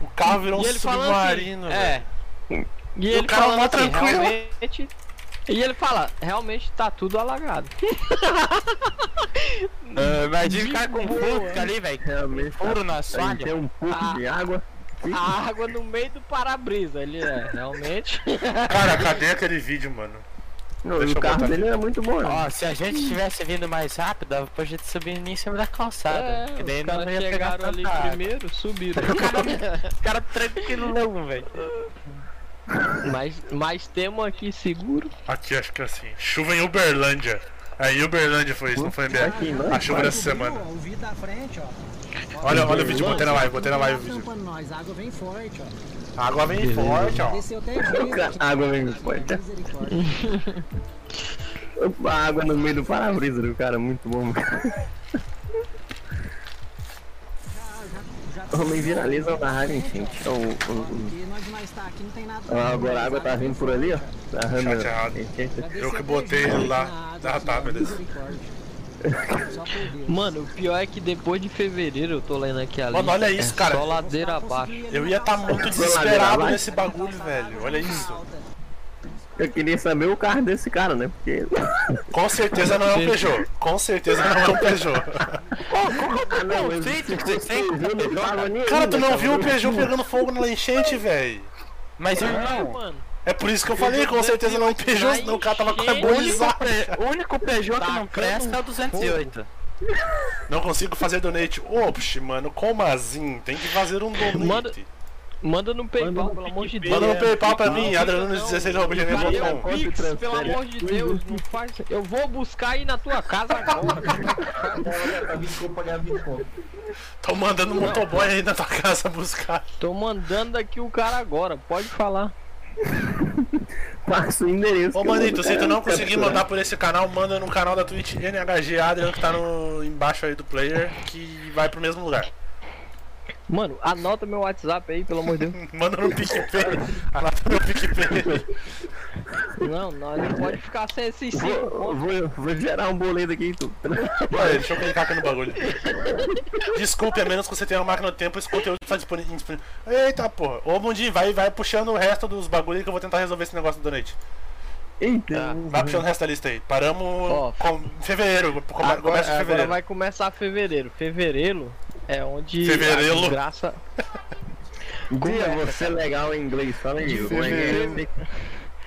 O carro virou um
E ele falando
submarino,
assim,
velho.
é.
E
E
o
ele
cara
fala
mó
assim,
tranquilo.
realmente. E ele fala, realmente tá tudo alagado.
Ah, Imagina
De
o cara com
boa.
fusca ali, velho.
Realmente.
Furo na
Aí tem
assoalho.
um pouco
Ah.
de água.
Ah.
*laughs* A água no meio do para-brisa, ele é, realmente.
Cara, cadê aquele vídeo, mano?
Não, e
Deixa
o
eu
carro
botar
dele era muito bom, né?
Ó, se a gente tivesse vindo mais rápido, dava pra gente subir em cima da calçada.
*laughs* é,
que daí
os
não
caras
ia pegar
chegaram ali
tanta água.
primeiro, *laughs* subiram.
Os caras tranquilão, um, velho.
mas, mas temos aqui seguro.
Aqui, acho que é assim. Chuva em Uberlândia. É, em Uberlândia foi isso, não foi em BR.
Aqui, não.
A chuva dessa semana.
O vidro da frente, ó.
Olha, olha o vídeo, botei na live, botei na live o vídeo.
Tampando nós, a água vem forte, ó.
A água vem forte, ó.
Desceu até vidro.
Cara, a água vem forte.
Misericórdia.
A água no meio do para-brisa do cara, muito bom.
Já
O *laughs* homem viraliza na rádio, gente. É O, o,
Porque nós mais tá aqui, não tem nada.
o, agora a água tá vindo por ali, ó. Tá
Chateado.
arranhando.
Eu que botei ele lá. Ah, tá, beleza.
Só por Deus.
Mano, o pior é que depois de fevereiro eu tô lendo aqui ali.
Mano, olha isso, cara.
Só ladeira abaixo.
Eu ia estar muito desesperado nesse bagulho, velho. Olha isso.
Eu queria saber o carro desse cara, né? *laughs* Porque.
Com certeza não é um Peugeot. Com certeza não é um Peugeot.
Ah, não, mas
sei,
você-
sei, sei.
você não fala nem né,
Cara,
ainda,
tu não viu o Peugeot pegando fogo na enchente, velho?
Mas
Não,
irmão,
mano.
É por isso que eu falei, com certeza não é um Peugeot, senão o cara tava
o único,
carbonizado.
Pe- o único Peugeot que não
Tacando
presta é o 208.
Não consigo fazer donate. Ops, mano, como assim? Tem que fazer um donate.
Manda- Manda no PayPal, pelo amor de Deus.
Manda um PayPal pra
É. Não,
mim,
não, Valeu,
adriano16.gmail.com.
Pix,
transfere.
pelo amor de Deus, não faz. Eu vou buscar aí na tua casa agora.
Olha, tá 20 conto, pagar 20 conto.
Tô mandando um motoboy aí na tua casa buscar.
Tô mandando aqui o cara agora, pode falar.
Passa o endereço.
Ô,
que eu
Manito,
vou
se tu não conseguir
capturar.
mandar por esse canal, manda no canal da Twitch NHG Adrian, que tá no, embaixo aí do player, que vai pro mesmo lugar. *laughs*
Mano, anota meu WhatsApp aí, pelo amor de
*laughs*
Deus.
Manda no PicPay. Anota no PicPay.
Não, nós não pode ficar sem esses cinco.
*laughs* Vou, vou, vou gerar um boleto aqui, tu. *laughs*
Olha, deixa eu clicar aqui no bagulho. Desculpe, a menos que você tenha uma máquina do tempo, esse conteúdo tá disponi- indisponível. Eita porra. Ô, Mundinho, vai, vai puxando o resto dos bagulhos que eu vou tentar resolver esse negócio do donate.
Eita.
Vai puxando o resto da lista aí. Paramos
Ó.
com- em fevereiro. come-
Agora,
começa em
agora
fevereiro.
vai começar fevereiro. Fevereiro é onde
Fevereiro.
a desgraça
Dia, você é legal em inglês, fala aí. Como é que é? Você-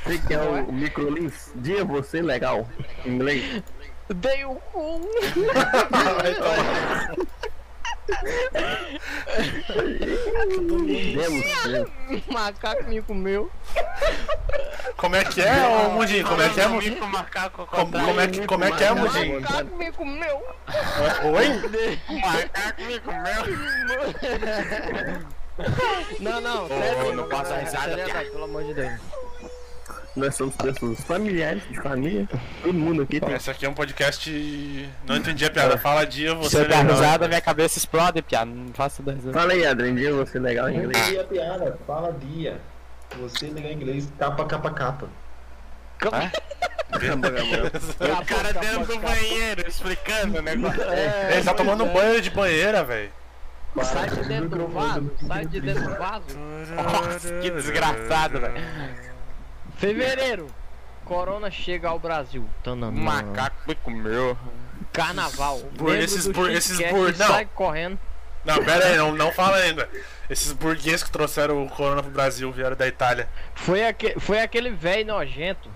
Você que é o microlinks? Dia, você é legal em inglês.
Dei um, o cu.
Dia, você.
*laughs* Macaco me comeu.
Como é que é, ô Mundinho? Como é que é, Mundinho?
Mico, macaco,
Como, como é que, como é, que é, Mundinho?
Macaco me
*laughs*
comeu.
Oi?
Macaco me comeu.
Não, não,
ô,
sério.
não passa risada,
seriedade, Pelo amor de Deus.
Nós somos pessoas familiares, de família. Todo mundo aqui tem.
Esse aqui é um podcast. Não entendi a piada. Fala dia,
É. Se
você. é
eu dar
legal.
risada, minha cabeça explode, piada. Não faço dois
Fala aí, Adrian, dia, você legal em inglês.
Dia, piada, fala dia. Você liga em inglês, capa, capa, capa.
O
tá
cara dentro do banheiro explicando o negócio.
Ele tá tomando um banho de banheira, velho.
Sai de dentro
um
do vaso, sai de dentro do vaso.
Nossa, que desgraçado, velho.
Fevereiro, Corona chega ao Brasil. Tananã.
Macaco me comeu.
Carnaval.
Por
Membro
esses
do
por-
Chique
esses
Cat
por- não.
Sai correndo.
Não, pera aí, não, não fala ainda. Esses burgueses que trouxeram o corona pro Brasil vieram da Itália.
Foi, aque, foi aquele velho nojento.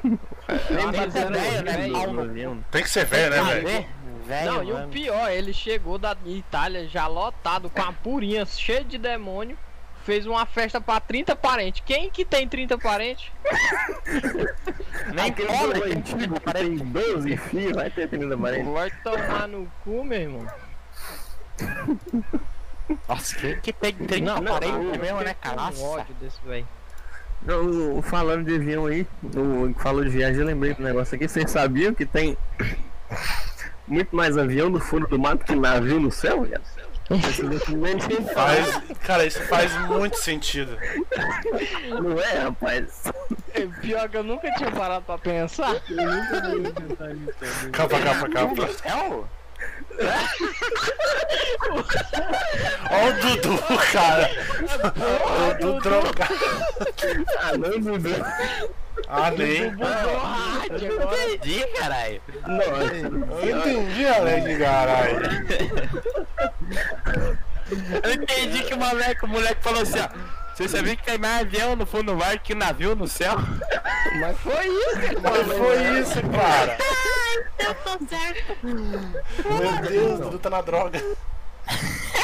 Lembra
mas era
ideia,
velho,
né? Pau no
Tem que ser velho, né, velho?
Velho, velho,
não, e o
mano.
pior, ele chegou da Itália já lotado, com a purinha cheia de demônio. Fez uma festa pra 30 parentes. Quem que tem 30 parentes?
Nem
Aquele
pobre tem
antigo que tem 12 filhos, vai ter 30 parentes.
Vai tomar no cu, meu irmão.
Nossa, quem que tem 30
Não,
aparelhos
não,
mesmo, né,
Tenho
cara?
um
Nossa.
ódio desse velho.
Não, falando de avião aí, o que falou de viagem, eu lembrei do negócio aqui. Vocês sabiam que tem muito mais avião no fundo do mato que navio no céu, viado? Esse documento que faz,
Faz, cara, isso faz muito sentido.
não é, rapaz?
É, Pior que eu nunca tinha parado pra pensar.
*laughs*
Capa, capa, capa.
Céu?
Ó o Dudu, cara. O Dudu droga.
Ah, não, Dudu.
Ah, nem.
Eu não entendi, caralho.
Nossa.
Eu entendi, Alec, caralho.
Eu entendi que o moleque, o moleque falou assim, ó. Você sabia que tem mais avião no fundo do mar que navio no céu?
Mas foi isso, cara.
Mas foi isso, cara.
Eu
Tá
tô certo.
Meu Deus, o Dudu tá na droga.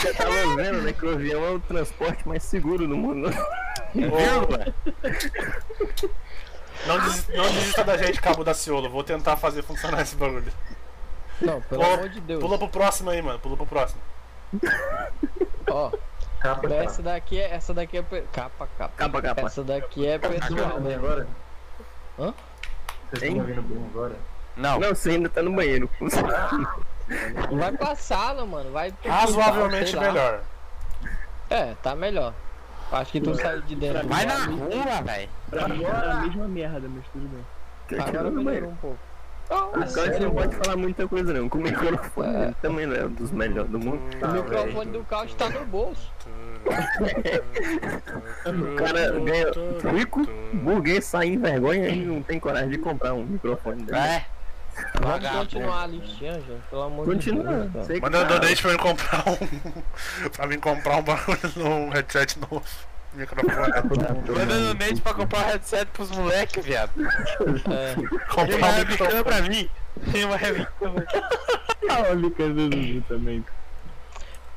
Eu tava vendo, né, que o avião é o transporte mais seguro do mundo. *laughs*
Vírgula.
Não, des- não desista da gente, Cabo da Ciolo. Vou tentar fazer funcionar esse bagulho.
Não, pelo
Ó,
amor de Deus.
Pula pro próximo aí, mano. Pula pro próximo.
Ó,
Capa,
essa daqui é. Essa daqui é. pe- Capa, capa.
Capa, capa.
Essa daqui é pessoal.
Pessoal, agora?
Hã?
Vocês
Hein?
estão ouvindo bem agora?
Não.
Não, você ainda tá no banheiro.
*laughs*
Vai pra sala, mano. Vai. pro
Razoavelmente
quintal, sei lá.
melhor.
É, tá melhor. Acho que tu saiu de dentro.
Vai na rua, velho.
Pra mim era é a mesma merda, mas tudo bem.
Agora
Tá no banheiro.
melhorou um pouco.
Tá
Agora você não pode falar muita coisa não. Com o microfone
É.
ele também não é um dos melhores do mundo.
Tá,
o
velho.
microfone do carro está no bolso.
O cara ganha rico, burguês, sai em vergonha e não tem coragem de comprar um microfone dele.
É.
Vamos
Vagabundo.
continuar lixando, gente. Pelo amor de
Continua.
Deus. cara.
sei que
Manda um
tá-
donate pra mim comprar um. *laughs* pra mim comprar um bagulho num headset novo. Microfone.
Tá,
Mandando dente pra comprar o headset pros moleques, viado.
É.
Tem
comprar
uma
um
webcam
microfone.
pra mim. Tem uma webcam.
Ah, o Lucas do Dudu também.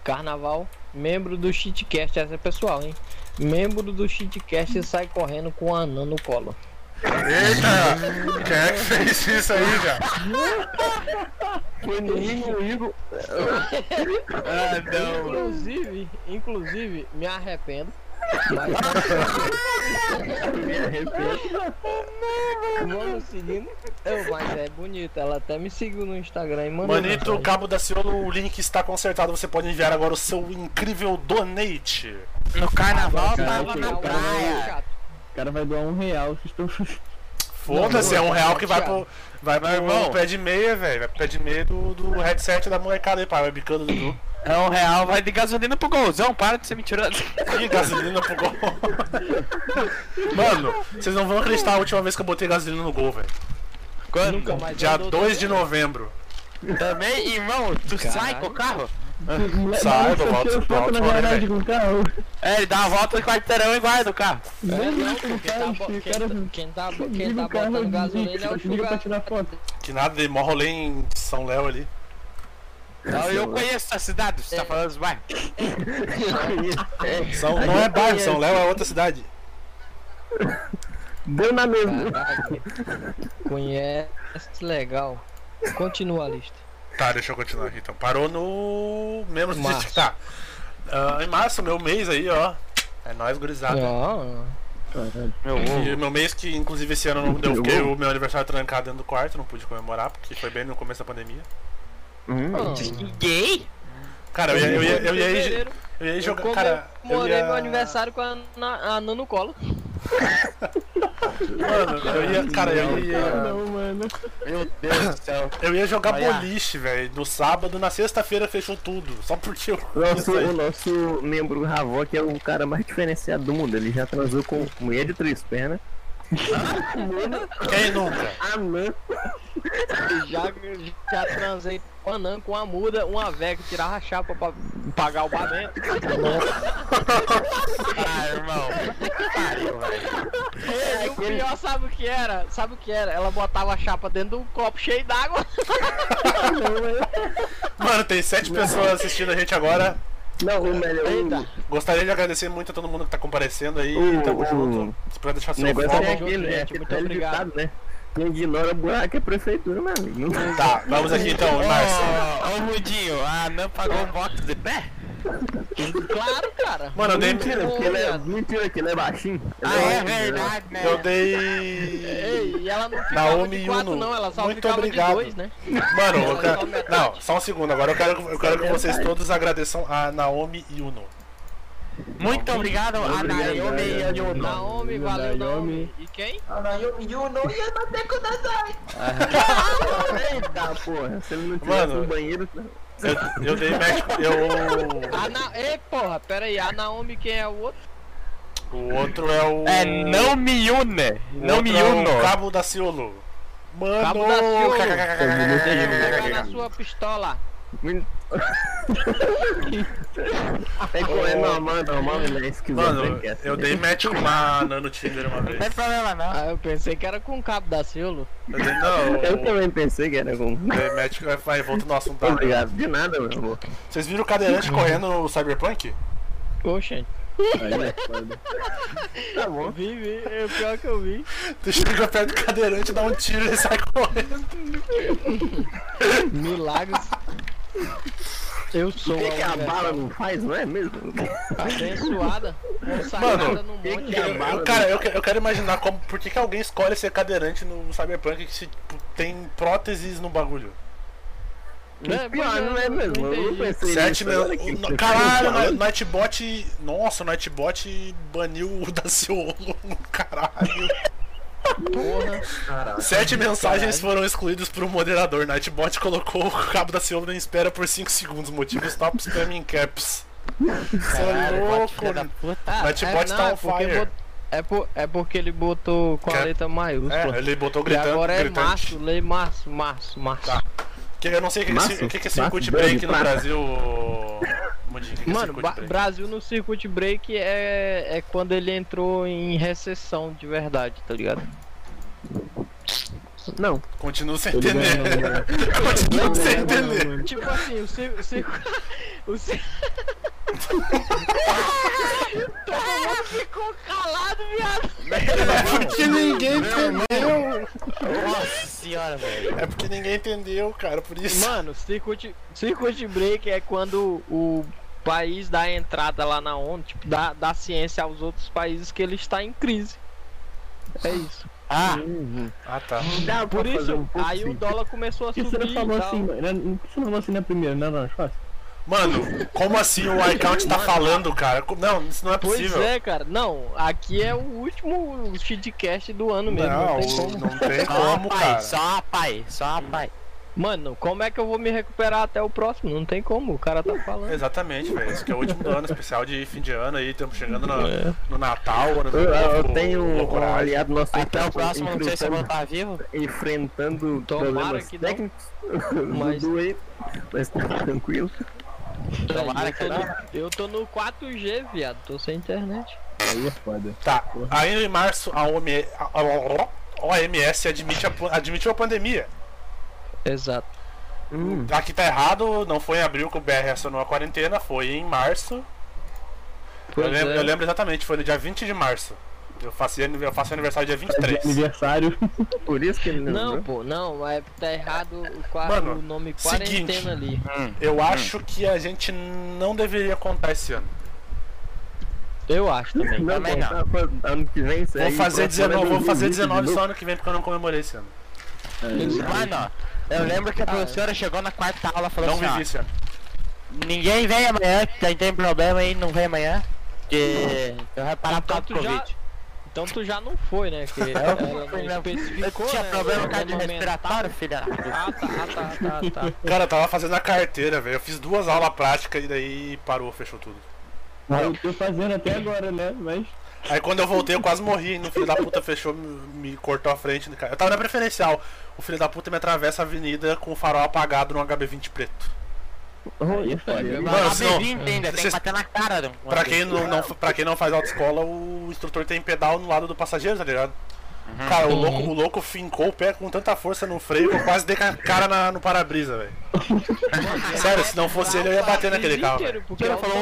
Carnaval, membro do Cheatcast, essa é pessoal, hein? Membro do Cheatcast sai correndo com a anã no colo.
Eita! Quem é que fez isso aí, já?
Foi no Igor, Igor.
Ah, não.
Inclusive, inclusive, me arrependo.
É,
Me arrependo.
Vamos seguindo. Eu, mas é bonito, ela até me seguiu no Instagram e mandou.
Manito,
mensagem.
Cabo da Ciolo, o link está consertado. Você pode enviar agora o seu incrível donate.
No carnaval
Cara,
tava
que
na
um
legal.
praia.
O cara vai doar um real, vocês *laughs* estão
Foda-se, é um real que vai pro. Vai pro
irmão.
pé de meia, velho. Vai pro pé de meia do, do headset da molecada aí, pai. Webcam do Dudu.
É um real, vai de gasolina pro golzão, para de ser mentiroso.
Ih, gasolina pro gol. Mano, vocês não vão acreditar a última vez que eu botei gasolina no gol, velho.
Quando?
Nunca mais
Dia
andou
2 de novembro.
Também, irmão, tu sai com o carro?
Sai, eu volto, volto,
na
volto,
verdade
velho.
com o carro.
É, ele dá uma volta no quarteirão e guarda o carro.
É,
Bem
não,
louco,
quem tá,
cara,
bo-
que
quem
cara-
tá- quem tá, bo- quem
Liga
tá
o carro,
botando gasolina é o
desliga, liga pra
Sugar.
tirar foto.
Que nada, de mó rolê em São Léo ali.
Não, eu conheço essa cidade, você tá falando dos bairros.
É,
São, não é bairro, São Léo é outra cidade.
Deu na mesma.
Caralho. Conhece, legal. Continua a lista.
Tá, deixa eu continuar aqui então. Parou no. Membros do
Março.
Distrito. Tá. Ah, em março, meu mês aí, ó. É nóis, gurizada.
Não,
Caralho.
Meu
E
ovo.
meu mês que, inclusive, esse ano não deu,
Meu
porque
ovo.
o meu aniversário trancado dentro do quarto, não pude comemorar, porque foi bem no começo da pandemia.
Hum.
não.
Hum.
Gay?
Cara, eu ia, eu ia, eu ia, eu ia,
Fevereiro,
eu ia
Eu
jogar. Cara, eu
comemorei
ia,
meu aniversário com a, na, a Ana no colo.
Mano, eu ia. Cara, eu ia.
Não, mano.
Meu
*laughs*
Deus do céu.
Eu ia jogar
Olha.
boliche, velho. No sábado, na sexta-feira fechou tudo. Só porque eu.
Nosso, o nosso membro Havok é o cara mais diferenciado do mundo. Ele já transou com mulher de três pernas.
Quem nunca?
Ah, não.
Já, já transei com a Anã, com a muda, uma velha que tirava a chapa pra pagar o barbeiro.
Ah, irmão.
E o pior sabe o que era? Sabe o que era? Ela botava a chapa dentro de um copo cheio d'água.
Mano, tem sete pessoas assistindo a gente agora.
Não, o melhor.
Eita.
Gostaria de agradecer muito a todo mundo que tá comparecendo aí.
O,
Tamo
o,
junto. Espero deixar
o
seu
negócio
foco.
é
junto,
aquele, né?
gente,
Aquele
muito
velho
obrigado.
ditado, né? Quem ignora buraco é prefeitura, meu amigo. Não-
Tá, vamos Tá, aqui então,
Ô,
Márcio.
ô, Rudinho, a Nan pagou um box de pé?
*laughs* Claro, cara.
Mano, eu dei.
*laughs* Mentira, porque ele
um
é, mentira que ele é baixinho. Ele
Ah, é
baixinho, né?
verdade, né?
Eu dei.
Ei, e ela não ficava
Naomi
de quatro,
Yuno,
não, ela só
muito
ficava
obrigado.
de dois, né?
Mano, eu quero... não, só um segundo. Agora eu quero, eu quero que vocês todos agradeçam a Naomi e Uno.
Muito obrigado, a Naomi e a Yuno.
Naomi,
Yuno, Naomi.
valeu, Naomi. E quem?
Ah, não, eu, eu não ia bater com o Nazai.
Ah, tá
Eita Ah, porra, se ele não tivesse
Mano.
no banheiro. tá-
Eu, eu dei match. Eu.
A Na... Ei, porra, pera aí, a Naomi quem é o outro?
O outro é o.
É não miune,
o
não
outro é
miuno.
o Cabo da Ciolo. Mano.
Cabo da Ciolo. Joga na
Cacacacacacacacacacacacacacacá.
sua pistola.
É, co- é normal, normal, ele é
Mano,
esquizofrênico. é assim.
eu dei match com uma Nano Tinder uma vez.
Não tem problema não.
Ah, eu pensei que era com o cabo da Ciolo.
Eu dei, Tá. não.
Eu também pensei que era com.
Dei match. vai, Vai, volta no assunto. da-
Obrigado, Uhum. de nada, meu amor.
Vocês viram o cadeirante correndo no Cyberpunk?
Oxente.
Aí é foda.
Tá bom.
Vi, vi, é o pior que eu vi.
Tu chega perto do cadeirante, dá um tiro e ele sai correndo.
Milagres. Eu sou
O que, que a
mulher
bala não faz, não é mesmo?
abençoada, consagrada no
que
monte.
que é bala?
Cara, eu, que- eu quero imaginar como, por que, que alguém escolhe ser cadeirante no Cyberpunk que se, tipo, tem próteses no bagulho.
Né,
Pior,
pois
não é mesmo? Eu não
entendi.
pensei
Sete
nisso.
mil...
Olha que
o-
que-
Caralho, o Ni- Nightbot. Nossa, o Nightbot baniu o *laughs* Daciolo no caralho.
Porra.
Caraca.
Sete mensagens foram excluídas por um moderador. Nightbot colocou o cabo da Ciolo em espera por 5 segundos. Motivos top spam in caps. Você é louco,
filha da puta.
Ah,
tipo,
Nightbot tá
um
on
é porque
fire.
bot- É, por, é porque ele botou com a
Quer-
letra maiúscula.
É, ele botou
e
gritando.
agora é
gritante.
março, lei março, março, março.
Tá. Que eu não sei o que,
Massa,
que, que, que é
massa,
circuit
bebe,
break no
massa.
Brasil. Mudinho, que que é
Mano,
circuit
Ba-
break?
Brasil no circuit break é, é quando ele entrou em recessão de verdade, tá ligado?
Não,
Continuo sem
Ele
entender.
ganhou,
*laughs*
né?
Continuo sem entender.
Tipo assim, o circo. O circo. O cir- Todo mundo *laughs* ficou calado, viado.
É porque ninguém entendeu.
Nossa senhora, velho.
É porque ninguém entendeu, cara, por isso.
Mano, circuit, circuit break é quando o país dá entrada lá na ONU, tipo, dá, dá ciência aos outros países que ele está em crise. É isso.
Ah,
Ah, tá.
dá
Por isso,
um pouco
aí o
sim.
dólar começou a
Por que você
subir.
não
e
falou
tal.
assim, mano? Por que você não falou assim na primeira, né,
é
Nacho?
Mano, como assim o iCount tá falando, cara? Co- Não, isso não é
Pois
possível.
é, cara. Não, aqui é o último shitcast do ano mesmo.
Não,
não tem como.
não tem
só
como,
pai,
cara.
só um pai, só pai.
Mano, como é que eu vou me recuperar até o próximo? Não tem como, o cara tá falando.
Exatamente, velho. Isso que é o último do ano, especial de fim de ano aí, estamos chegando no,
É.
no Natal, ano
Eu, eu
novo,
tenho um
loucuragem.
aliado nosso que
Até
tá
o próximo, não sei se eu vou
enfrentando,
estar vivo.
enfrentando
Tomara
problemas
que não,
técnicos. *laughs*
mas-
Mas... Doei, mas tá tranquilo.
Tomara que
eu, tô
não.
no, eu tô no 4G, viado, tô sem internet.
Aí é foda.
Tá, ainda em março a OMS, OMS admite a, pan- admitiu a pandemia.
Exato.
Aqui tá errado, não foi em abril que o BR acionou a quarentena, foi em março. Eu
Pois
lembro,
é.
eu lembro exatamente, foi no dia 20 de março. Eu faço, eu faço aniversário dia
Tá de
23.
Aniversário.
*laughs* Por isso que ele não.
Não,
viu?
pô, não, é, tá errado o, qua-
Mano,
o nome
seguinte.
quarentena ali.
Eu acho que a gente não deveria contar esse ano.
Eu acho também.
Não,
também
pô,
não.
tá- pô, ano que vem, isso
Vou
aí,
fazer
próximo é
19, vou fazer
2020 de
19
novo.
só ano que vem porque eu não comemorei esse ano.
Mano, eu lembro que a professora chegou na quarta aula falando
Não né?
assim, ó,
vivi esse ano.
Ninguém vem amanhã, que tem- tem problema aí, não vem amanhã. Que eu vai parar por causa do
Tanto Então já,
Tá Covid.
então tu já não foi, né? Que ela não
Eu
especificou,
tinha
né,
problema
no momento.
cardiorrespiratório, filha da puta.
Ah, tá, ah, tá, tá, tá.
Cara, eu tava fazendo a carteira, velho. Eu fiz duas aulas práticas e daí parou, fechou tudo.
Eu tô fazendo até agora, né? Mas.
Aí quando eu voltei, eu quase morri. No filho da puta fechou, me, me cortou a frente. do Cara. Eu tava na preferencial. O filho da puta me atravessa a avenida com o farol apagado no HB20 preto.
Aí é foda.
Mano,
Mas
senão-
bebinho ainda, tem que
Vocês-
bater na cara. do-
Pra quem não, não, pra quem não faz autoescola, o instrutor tem pedal no lado do passageiro, tá ligado? Cara, o louco, o louco fincou o pé com tanta força no freio que eu quase dei com a cara na- no para-brisa, velho. Sério, se não fosse ele, eu ia bater naquele carro. velho.
Porque é ela falou,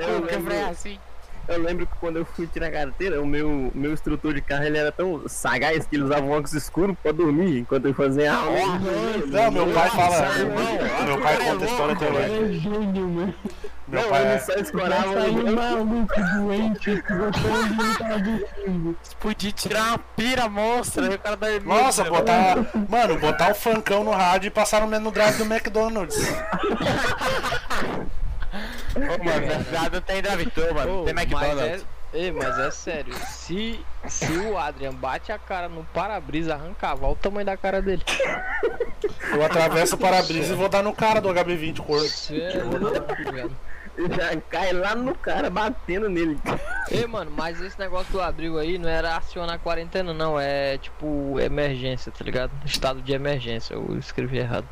eu lembro-
É assim,
Eu lembro que quando eu fui tirar a carteira, o meu, meu instrutor de carro ele era tão sagaz que ele usava um óculos escuro pra dormir enquanto eu fazia a aula.
Não, meu pai fala.
Nossa, irmão,
Meu pai conta a história até hoje.
É gênio, mano.
Meu
Não,
pai
eu
é-
não só escorava o
maluco doente que
tipo,
Podia tirar uma pira monstra, aí o cara da
Nossa, botar. Mano, botar o funkão no rádio e passar no menu drive do McDonald's.
Ô, mano, na cidade tá não tem drive-thru, mano.
Ô,
tem McDonald's.
Mas é, Ei, mas é sério, se, se o Adrian bate a cara no para-brisa, arrancava, olha o tamanho da cara dele.
Eu atravesso o para-brisa e vou dar no cara do HB20 corno.
Isso é louco, velho.
*laughs* já cai lá no cara, batendo nele.
Ei, mano, mas esse negócio do abril aí não era acionar a quarentena, não. É tipo emergência, tá ligado? Estado de emergência, eu escrevi errado.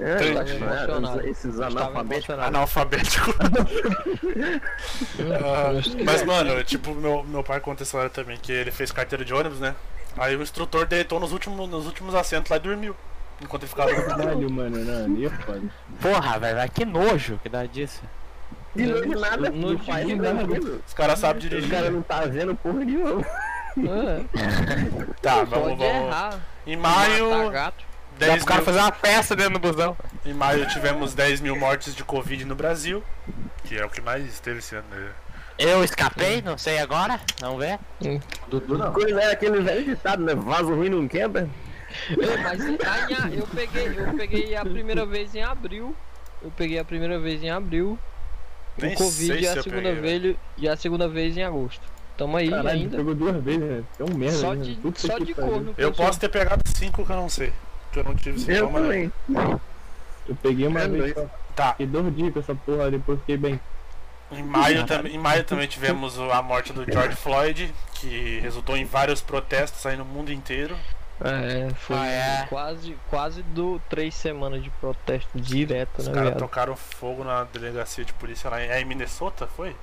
É,
Tem-
eu acho que não
Emocionado.
era, esses
Eu estava
analfabetos.
emocionado.
Analfabético. Ah, mas, mano, tipo, meu, meu pai conta essa hora também, que ele fez carteira de ônibus, né? Aí o instrutor deitou nos últimos, nos últimos assentos lá e dormiu. Enquanto ele ficava.
Caralho, mano, não, ali é foda.
Porra, velho, vai que nojo que dá disso.
De noite nada, é
Não
não faz
digo
nada.
Os caras sabem
O
dirigir. né?
cara não tá vendo porra nenhuma.
É,
Tá,
pode
vamos, vamos.
errar.
Em
Matar
maio,
gato.
Dá
10
pro cara
mil,
fazer uma festa dentro do busão.
em maio tivemos 10 mil mortes de Covid no Brasil, que é o que mais teve esse ano. né?
Eu escapei, não sei agora, vamos *laughs* ver.
Dudu não.
Coisa era aquele velho ditado, né? Vaso ruim não quebra.
Ei, mas aí, a- eu peguei, eu peguei a primeira vez em abril. Eu peguei a primeira vez em abril.
Nem
o Covid
sei
e
se
a
eu
segunda
peguei, né? velho.
vez e é a segunda vez em agosto. Tamo aí
Caralho,
ainda.
pegou duas vezes, né? É um merda.
Só
né?
de,
Puta
só
que
de
pariu.
corno.
Eu posso ter pegado 5 que eu não sei. Que eu não tive
Eu
sintoma, né?
também.
Eu peguei uma
É
vez
dois.
só.
Tá,
Fiquei dois dias com essa porra, depois fiquei bem.
em maio, tam em maio também tivemos o- a morte do George Floyd, que resultou em vários protestos aí no mundo inteiro.
É, foi
Ah, é.
quase, quase do três semanas de protesto direto,
Os
né,
caras
viado?
tocaram fogo na delegacia de polícia lá em, é em Minnesota, foi?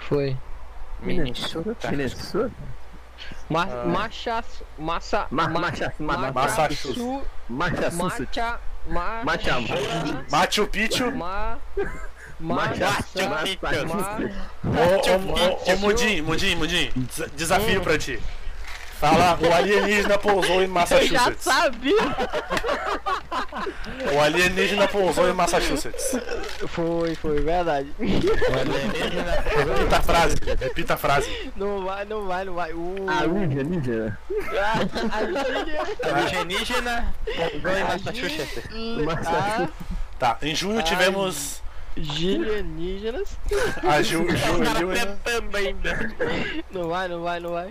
Foi.
Minnesota. Minnesota.
Mas,
Ah.
machaço, massa,
Ma-
ma-
macha- ma- ma-
Massachusetts.
su-
Massachusetts.
macha, ma-
Macha-
Machu Picchu!
ma,
Macha-
macha,
Massachusetts.
Ô, ô, ô, ô, Mudim, Mudim, Mudim, des- desafio pra ti. Fala, o alienígena pousou em
eu já
Massachusetts.
sabia.
O alienígena pousou em Massachusetts.
Foi, foi, verdade. *laughs*
Repita a frase, repita a frase.
Não vai, não vai, não vai. O...
Ah, Lígia, Lígia.
a *laughs*
*laughs*
gíria-
Alienígena, Mongol e Massachusetts.
a
Tá, em junho tivemos
gíria indígenas.
a Ju, Ju,
O cara
Ju-
tentando ainda.
Não vai, não vai, não vai.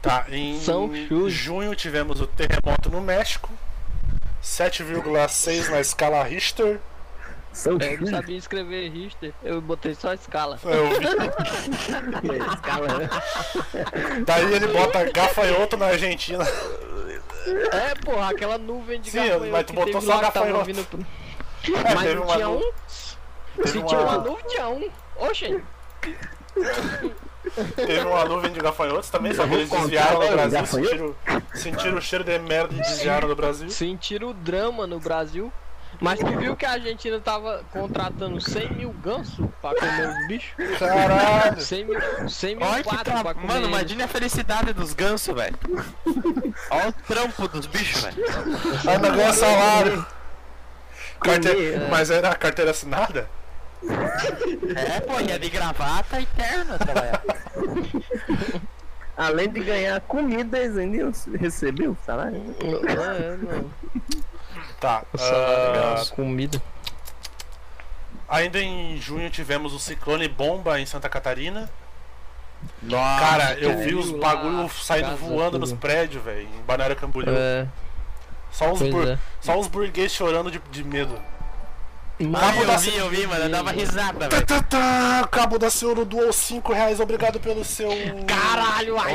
Tá, em
São chus.
junho tivemos o terremoto no México. 7,6 na escala Richter.
São
Eu não
Chile.
sabia escrever Richter, eu botei só a escala.
É, Eu vi-
Escala, né?
Daí ele bota gafanhoto na Argentina.
É, porra, aquela nuvem de
Sim,
gafanhoto
mas tu
que
botou
teve
só
lá que tava
gafanhoto.
vindo pro-
É, *laughs*
Mas
teve
não
uma
tinha
nu-
um?
teve
Se
uma-
tinha uma nuvem, tinha um. Oxe,
Teve uma nuvem de gafanhotos também, só que eles desviaram do Brasil, sentiram, sentiram o cheiro de merda e desviaram do Brasil.
sentiram o drama no Brasil. Mas tu viu que a Argentina tava contratando 100 mil gansos pra comer
*laughs*
os bichos?
Caralho!
100 mil, 100 mil
Olha que
patos um pra
tra...
comer
Mano,
eles.
imagina a felicidade dos gansos, velho. Olha o trampo dos bichos, velho.
Aí não ganha salário. Carte...
Comer.
Mas era carteira assinada?
É, pô, ia de gravata e terno tá trabalhar.
Além de ganhar comida, eles ainda recebeu o salário.
É, não.
Tá. ah,
Comida.
ainda em junho tivemos o ciclone bomba em Santa Catarina.
Nossa,
Cara, eu vi os
lá,
bagulho saindo
casa
voando nos
tudo.
prédios, velho, em Balneário Camboriú.
É,
Só, os
pois
bur...
é.
Só os burguês chorando de, de medo.
Ah,
Cabo da
eu vi, eu vi, mano, eu dava risada, velho.
Tá, tá, tá, Cabo da Senhora doou 5 reais, obrigado pelo seu.
Caralho, ai.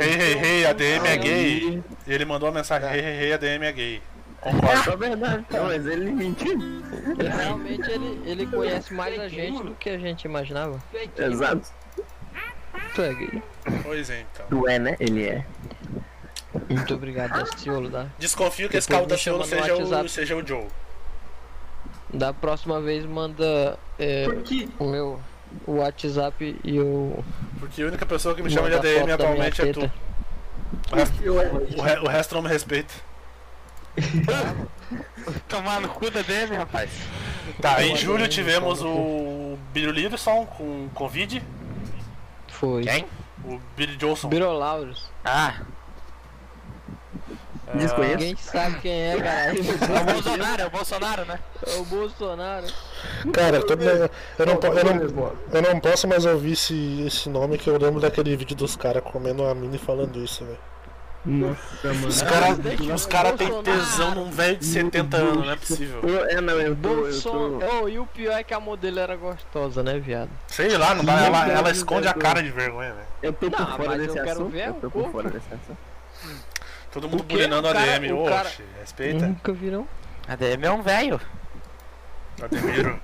Hey, hey, hey, a DM é gay. E ele mandou uma mensagem: Hey, hey, hey, a DM é gay. Concordo.
É verdade. Não, mas ele mentiu.
Realmente ele, ele conhece mais a gente do que a gente imaginava.
Exato.
Tu é gay.
Pois é, então.
Tu é, né? Ele é.
Muito obrigado, tá? Daciolo. Da,
Desconfio que esse
Depois
Cabo da Senhora
me chama no
seja o,
WhatsApp.
seja o Joe.
da próxima vez manda é, o meu o WhatsApp e o.
Porque a única pessoa que me chama de ADM atualmente é tu.
é,
O resto, o re- o resto não me respeita.
tomar no cu da dele, rapaz.
Tá, em julho tivemos o Billy Livingston com Covid.
Foi.
Quem? O Billy Johnson.
Birolauros.
Ah,
Ah,
Desconheço.
Ninguém sabe quem é,
*laughs*
cara.
é o Bolsonaro, é o Bolsonaro, né?
É o Bolsonaro.
Cara, toda- eu, não, po- eu, não, eu não posso mais ouvir esse, esse nome que eu lembro daquele vídeo dos caras comendo uma mina e falando isso, velho.
Nossa, mano.
Os caras os cara têm
né?
tesão num velho de 70 anos, não é possível.
Eu- é, não, eu tô. Eu tô...
Bolsonaro. Oh, e o pior é que a modelo era gostosa, né, viado?
Sei lá, não dá, ela, ela
Deus,
esconde a
Deus.
cara de vergonha, velho.
Eu tô
Não,
por fora
mas eu
desse
quero
assunto.
ver
Eu tô
o
por
corpo.
fora desse assunto.
Todo mundo
O quê?
bulinando a
O cara-
DM.
o cara-
Oxe, respeita.
Nunca viram.
A DM é um velho.
*laughs* Ademiro.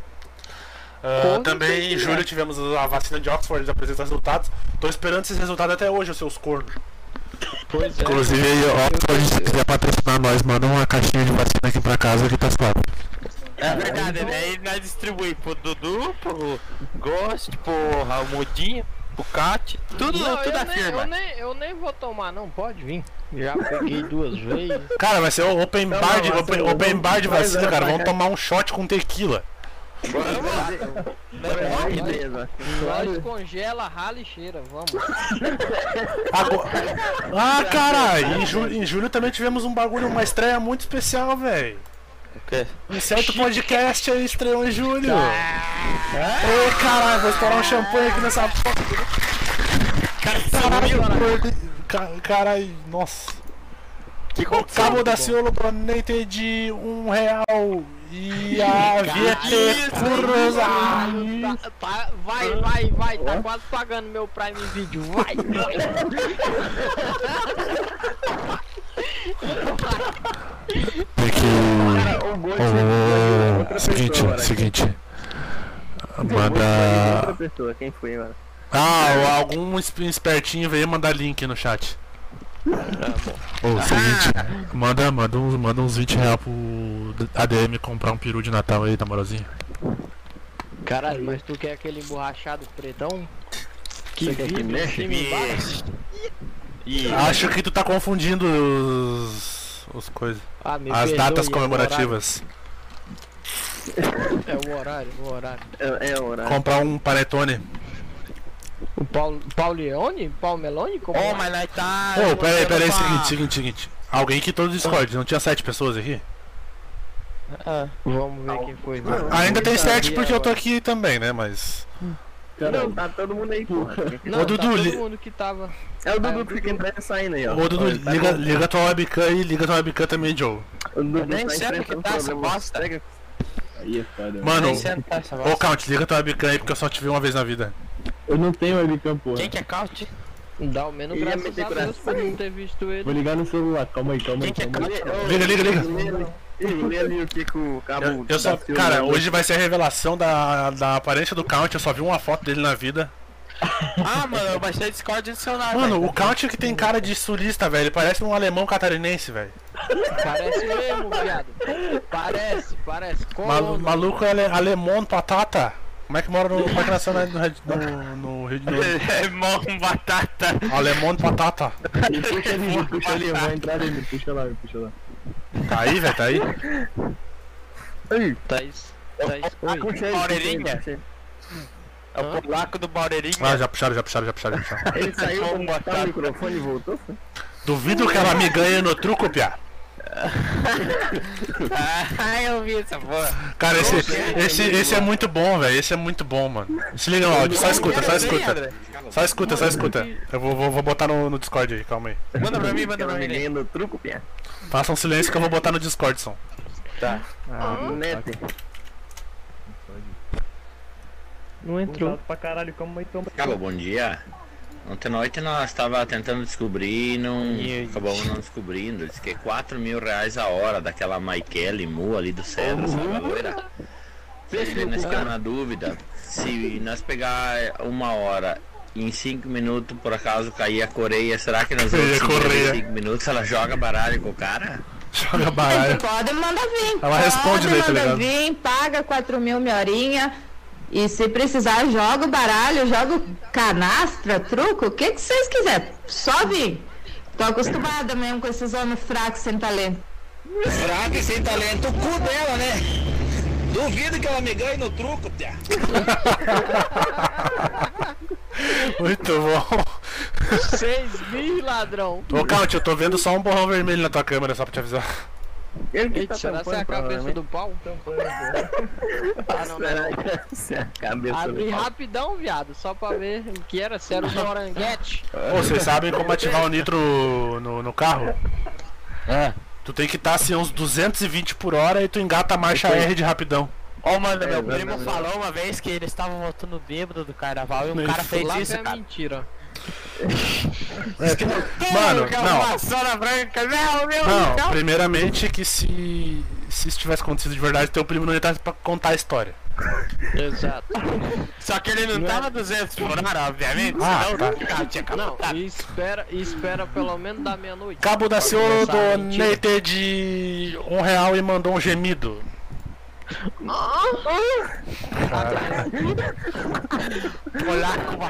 Corre,
Ah, também em julho tivemos a vacina de Oxford apresentar resultados. Tô esperando esses resultados até hoje, os seus cornos.
Pois é.
aí, Oxford, se quiser patrocinar nós, manda uma caixinha de vacina aqui pra casa que tá suave.
É verdade, né? Aí nós distribuímos pro Dudu, pro Ghost, pro Ramudinho, pro Cat, tudo,
Não,
tá
tudo
eu, nem, eu,
afirma.
nem, eu nem vou tomar, não. Pode vir. Já peguei duas vezes.
*laughs*
Cara, vai ser o open bar de,
não,
open,
vacina,
open
não,
bar de
vai,
vacina,
vai,
cara.
vai,
Vamos tomar um shot com tequila.
Ai, beleza.
Nós congela, rala e cheira. Vamos.
*laughs*
Agora... Ah, caralho! Em, ju- em julho também tivemos um bagulho, uma estreia muito especial, velho.
quê?
Um certo podcast aí estreou em julho.
Ah.
Ô, caralho, vou estourar um champanhe aqui nessa porra.
né?
Caralho, caralho, caralho, nossa.
Que
O Cabo da Ciolo Planeta de um real e a Viete Currosa.
Tá- tá- vai, vai, vai. Tá quase pagando meu Prime Video. Vai.
Tem que.
Ô, outra
seguinte,
pessoa, né?
seguinte.
Foi
Manda.
outra pessoa, quem foi, mano?
Ah, algum esp- espertinho veio mandar link no chat. Ah,
Ô, seguinte. Manda, manda, uns, manda uns 20 reais pro ADM comprar um peru de Natal aí, na moralzinha.
Caralho, mas tu quer aquele emborrachado pretão? Que
Você quer que
vibra em
mexa?
cima e embaixo?
E
Acho que tu tá confundindo os. os coisas.
Ah, me
As
perdoe,
datas
é o
comemorativas.
horário. É o horário, o horário.
É, é o horário.
Comprar um panetone.
O Paulo, Paulione? Palmelone? Como é?
Oh, mas nós tá.
Ô, peraí,
voltando
peraí,
pra-
seguinte, seguinte, seguinte. Alguém que todo Discord, não tinha sete pessoas aqui?
Ah, vamos ver quem foi. né?
Ainda tem sete
sabia
porque eu tô
agora.
aqui também, né? Mas.
Não, tá todo mundo aí, porra.
Não,
Ô,
tá
Dudu, li-
todo mundo que tava.
É o Dudu que fica entrando e saindo aí, ó.
Ô Dudu,
Olha, tá
liga,
com-
liga tua webcam e liga tua webcam também, Joe.
O Dudu
Nem
tá
sei onde que
enfrentando
tá essa
problemas
bosta.
técnicos.
Aí é foda. mano.
Mano,
Nem sei onde tá essa
ô
voz.
Count, liga tua webcam aí porque eu só te vi uma vez na vida.
Eu não tenho webcam, porra.
Quem que é Couch?
Dá ao menos
Ia
graças
meter
a Deus
graça.
por não ter visto ele.
Vou ligar no celular, calma aí, calma aí,
Quem que é
calma aí.
Couch?
Liga, liga, liga.
Lê ali- Lê ali o que que o cabo.
Eu, eu só,
da Silva
cara,
mandou.
hoje vai ser a revelação da, da aparência do Count, eu só vi uma foto dele na vida.
Ah, mano, eu baixei o Discord do celular.
Mano,
velho.
o Count que tem cara de sulista, velho, ele parece um alemão catarinense, velho.
Parece mesmo, viado. Parece, parece.
Malu-
Colono.
maluco é ale, alemão, patata. Como é que mora no Parque Nacional do Red- no, no Rio de
*laughs*
Janeiro?
*laughs* É mó batata.
Alemão, patata.
Me puxa ali, me puxa ali, eu vou entrar ali, me puxa lá, me puxa lá.
Tá aí, velho, tá aí.
Ei,
Thaís. Thaís. tá Oi.
puxa aí, puxa aí,
Orelhinha.
puxa aí.
É o polaco do Baureirinho.
Ah, já puxaram, já puxaram, já puxaram, já puxaram.
Ele saiu,
Vamos
botar
botar.
o microfone e voltou, foi?
Duvido que ela me ganhe no truco, piá.
*laughs* Ah, eu vi essa porra.
Cara, esse, esse, esse é muito bom, velho. Esse é muito bom, mano. Se liga no áudio, só escuta, só escuta. Só escuta, só escuta. Eu vou, vou, vou botar no, no Discord aí, calma aí.
Manda pra mim, manda pra
Ela me
mim.
ganhando truco, pia.
Faça um silêncio que eu vou botar no Discord, som. *laughs*
Ah, Nete.
Não entrou.
Cabo, bom dia. Ontem à noite nós estava tentando descobrir e não acabamos não descobrindo. Diz que é 4 mil reais a hora daquela Maikele Mu ali do Cerro,
Uhum.
sabe a loira? Daí nós ficamos na dúvida. Se nós pegar uma hora e em 5 minutos, por acaso, cair a Coreia, será que nós
Cair a
vamos
Coreia.
5 minutos? Ela joga baralho com o cara?
Joga *laughs* baralho.
Pode mandar vir.
Ela responde
Pode
daí, tá
mandar
ligado?
vir, paga 4 mil minha horinha. E se precisar, joga o baralho, joga o canastra, truco, o que que vocês quiserem. Só vir. Tô acostumada mesmo com esses homens fracos sem talento.
Fraca e sem talento, o cu dela, né? Duvido que ela me ganhe no truco, Tia.
Muito bom.
6 tá. mil, ladrão.
Ô, Count, eu tô vendo só um borrão vermelho na tua câmera, só pra te avisar.
Ele que
Eita,
tá
será que é a
tampando,
cabeça do pau? Ah, não, não.
*laughs* Essa é a cabeça
Abri
do pau.
rapidão, viado, só pra ver o que era, se era um moranguete.
Ô, vocês sabem como ativar o nitro no, no carro? É. Tu tem que estar assim, uns 220 por hora e tu engata a marcha R de rapidão.
Ó, mano, meu primo falou uma vez que eles estavam voltando bêbado do carnaval e um
Ele
cara
falou
fez
lá
isso,
pra
cara.
é mentira.
Mano,
Uma zona branca, não, meu
Não,
então.
primeiramente que se. Se isso tivesse acontecido de verdade, teu primo não ia estar pra contar a história.
Exato.
Só que ele não, é? tava 200 por hora, obviamente.
Ah,
senão
tá.
o cara tinha acabado.
Não, e espera, e espera pelo menos da meia-noite.
Cabo da
Pra
Senhora
começar a mentira.
do de um real e mandou um gemido.
Ah,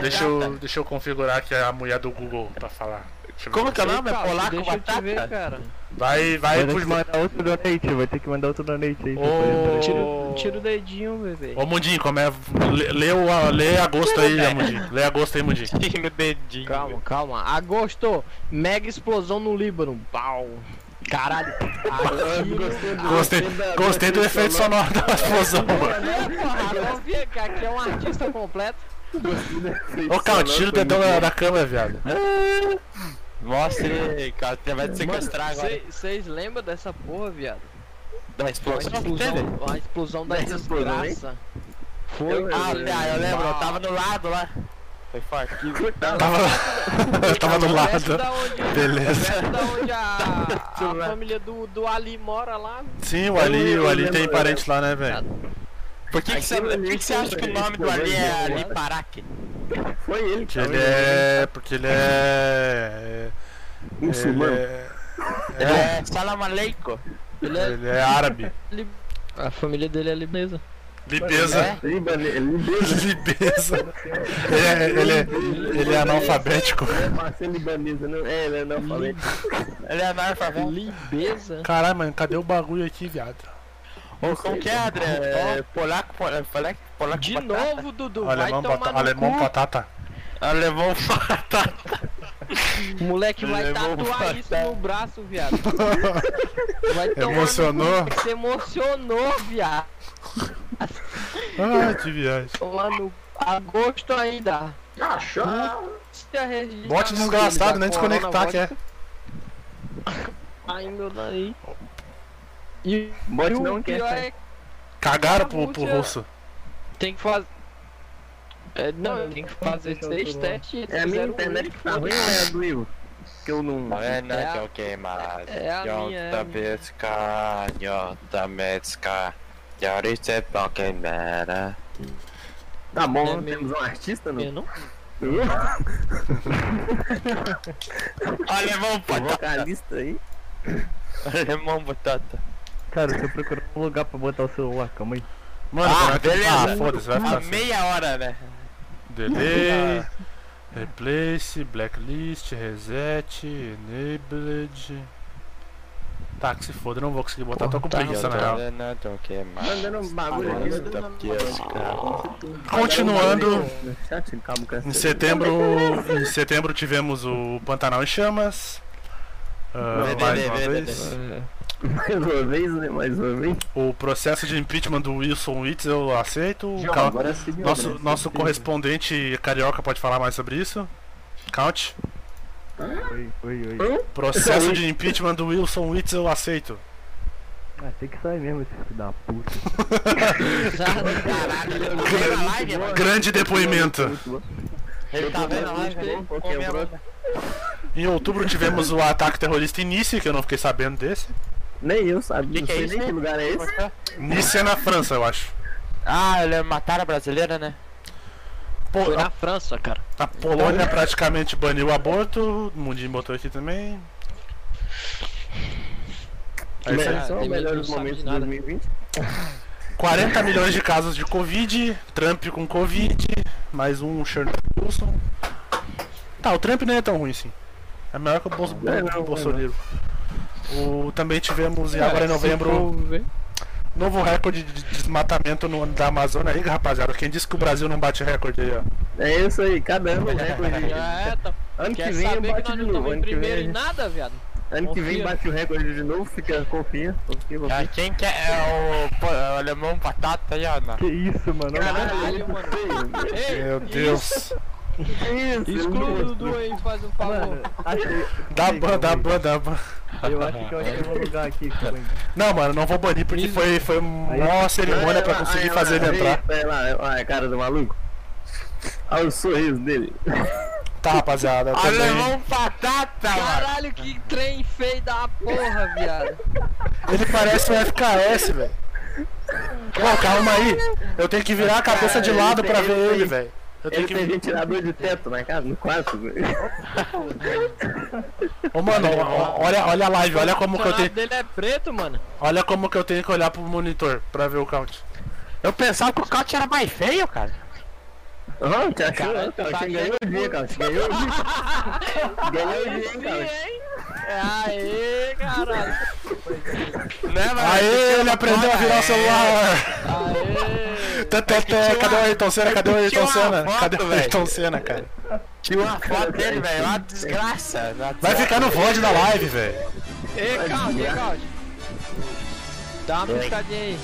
Deixa eu, deixa eu configurar aqui a mulher do Google pra falar. Deixa eu ver.
Como que é o nome? É
Eita,
polaco
deixa eu te
batata?
ver, cara.
Vai, vai
vai ter
pros
que mandar outro donate, vai ter que mandar outro donate aí. né? pra
Ô,
fazer o
Tira, tira o dedinho, bebê.
Ô Mundinho, como é. Lê, lê, o- a- lê agosto aí, né, Mundinho. Lê agosto aí, Mundinho.
Meu dedinho.
Calma, calma. Agosto, mega explosão no Líbano. Pau. Caralho.
Gostei, gostei do efeito sonoro da explosão, mano.
é, Vê que aqui é um artista completo.
Ô Cal, tira o dedão da, da câmera, viado.
Mostra ele, cara, você vai te sequestrar agora.
Vocês lembram dessa porra, viado?
Da explosão. Teve?
A explosão da
Dessa explosão, hein?
desgraça.
Foi. Ah,
é,
tá, eu lembro, eu
Uau.
tava no lado lá. Foi forte.
tá,
Tava
*laughs*
Eu tava do
Perto
lado.
da onde,
Beleza.
perto da onde a,
*laughs*
a família do, do Ali mora lá.
Sim, o Ali, o Ali tem parente lá, né, velho?
Ah,
Por que, que, você, por que que você acha que o nome do Ali é Ali Paraque?
Foi ele que né?
Porque ele é. Porque ele é.
Muçulmano.
Ele é,
Ele é Salam Aleikum.
Ele é-
ele é árabe.
li- A família dele é libanesa.
Libeza.
É?
*laughs*
Libane- Libanês.
Libeza. Ele é, ele é, ele é
*laughs*
analfabético.
Ele é parceiro libanês, não? É, ele é analfabeto.
Ele é analfabeto.
Libeza?
Caralho, mano, cadê o bagulho aqui, viado?
Ô, Como que é, André? É polaco, polaco, polaco, polaco
De
batata?
novo, Dudu. Vai
Alemão,
tomar
bata-
no
alemão
cu.
batata.
*laughs* Alemão batata.
Moleque vai
Alemão
tatuar isso no
*laughs*
braço, viado. Vai tomar no cu,
Emocionou?
Você emocionou, viado.
Ah,
Ai, que viagem.
Lá no agosto ainda.
Cachorro!
Hum?
Bote desgraçado, nem desconectar que é.
Ai, meu nariz. E
Bote
o
não quer.
pior
sair.
é que
Cagaram pro, pro russo.
tem que fazer. É, não, tem que fazer seis testes.
É a
fizeram
minha
um
internet
único.
que tá ruim ou é a do Ivo? Que eu não.
Pena
É
que
a-
eu queimas,
é a minha, é a
Jota
minha.
Vesca, Jota Metzka, Jorice Pokémon.
Tá
É
bom,
mesmo.
temos um artista no. Uh,
Eu não?
*laughs* Alemão
*laughs*
batata!
Vocalista aí.
Alemão batata!
Cara, se eu procurar um lugar pra botar o celular, calma
Tá
aí.
Mano,
Ah,
vai-
beleza.
Ah, foda-se, vai ficar
A
assim.
meia hora, né?
Delay,
Ah.
replace, blacklist, reset, enabled. Tá, que se foda, eu não vou conseguir botar, tô
Tá
com preguiça na real.
Pena que eu queimas,
Mandando um bagulho aqui. eu
tá
tô-
Jota
é
Vesca. tá,
Continuando,
um Chat, calma, é assim. cara.
em setembro, em setembro tivemos o Pantanal em Chamas. Ah,
Vê,
mais
vê,
uma
vê, vê,
vez.
Mais uma vez, né? Mais uma vez.
O processo de impeachment do Wilson Witz eu aceito. O
João,
Ca-
agora sim, meu
nosso
Deus,
nosso
sim.
correspondente carioca pode falar mais sobre isso. Count.
Oi, oi, oi.
Processo de impeachment do Wilson Witz eu aceito.
Ah, tem que sair mesmo, esse filho da puta.
tá
Grande depoimento.
Ele tá vendo a live,
Pô,
Come a
quebrou.
boca.
Em outubro tivemos o ataque terrorista em Nice, que eu não fiquei sabendo desse.
Nem eu sabia,
Que
não
que é
sei
isso,
nem que
né?
lugar é esse.
Nice é na França, eu acho.
Ah, ele mataram a brasileira, né?
Pô,
Foi
a,
na França, cara.
a Polônia praticamente baniu o aborto, o Mundinho botou aqui também. É isso aí.
tem
Só o
menino que
melhor
não sabe
momento
de
de
nada.
2020.
40 milhões de casos de Covid, Trump com Covid, mais um Sherman Wilson. Tá, o Trump não é tão ruim assim. É melhor que o Bolso-
Não, não, não.
Bolsonaro. O, também tivemos, e
É,
agora em
se
novembro,
for ver.
novo recorde de desmatamento no, da Amazônia aí, rapaziada. Quem disse que o Brasil não bate recorde aí, ó.
É isso aí, cada ano o
*laughs*
recorde.
É, tá.
Ano que
Quer
vem eu
saber que
bato
nós
de
não
novo.
estamos em
Ano que vem,
primeiro
a
em
gente-
nada, viado?
ano que vem
Confia.
bate o recorde de novo, fica, confia, confia, confia.
Ah, Quem que é o, pô, é o alemão batata aí, Ana?
Que isso, mano?
Caralho, mano.
Meu Deus.
Isso,
Exclui o Dudu aí, faz um favor.
Dá ban, dá ban, dá ban.
Eu acho que eu acho que eu vou lugar aqui, calma aí.
Não, mano, não vou banir porque foi, foi uma cerimônia pra conseguir fazer ele entrar.
Olha lá, olha a cara do maluco. Olha o sorriso dele.
Tá, rapaziada. Também.
batata,
Caralho, que trem feio da porra, viado.
Ele parece um FKS, velho. Ô, calma aí. Eu tenho que virar a cabeça de lado pra ver ele, velho. Eu tenho
Ele
que
tem ventilador de teto na casa, no quarto. velho.
Ô, mano, ó, ó, olha, olha a live, olha como
o
que eu tenho.
O dele é preto, mano.
Olha como que eu tenho que olhar pro monitor pra ver o count.
Eu pensava que o Cat era mais feio, cara.
Aham, te achou,
Caralho,
né, cara?
tá
Quem ganhou o dia, cara? Quem ganhou o dia? ganhou o dia, hein, cara?
Aê, caralho.
Né, mas
Aê, ele aprendeu a virar o celular!
Aê.
Tê, tê, tê, Cadê o Ayrton Senna? Cadê o Ayrton
Tinha uma
Senna?
foto,
Cadê o
velho.
Ayrton Senna, cara?
Tinha uma foto dele, velho. Lá, desgraça.
Vai ficar no VOD da live, velho.
Ei, Calde, ei, Calde. Dá uma piscadinha aí.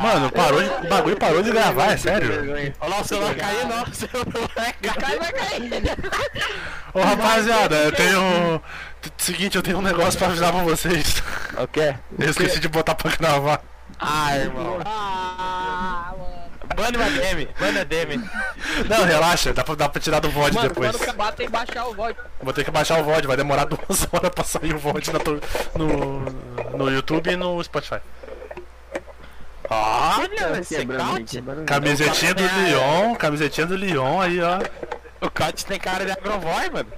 Mano, parou de, o bagulho parou de gravar, é sério?
Vergonha.
Olha lá o celular caindo, ó. *laughs* O celular
Cai,
caindo.
vai cair.
Ô rapaziada, eu tenho. um, t- Seguinte, eu tenho um negócio pra avisar pra vocês.
O quê?
Eu esqueci de botar pra gravar.
Ah, irmão. é
Ah, mano.
Bane uma DM. Bane a DM.
Não, relaxa, dá pra, dá pra tirar do VOD
Mano,
depois.
quando batem, baixar o voz.
Vou ter que baixar o VOD, vai demorar *laughs* duas horas pra sair o VOD na tor- no, no YouTube e no Spotify. tá
Olha, esse
Quebrando, é gente,
Cat.
quebrando.
Camisetinha do Lyon, camisetinha do Lyon aí, ó.
O Cat tem cara de agroboy, mano.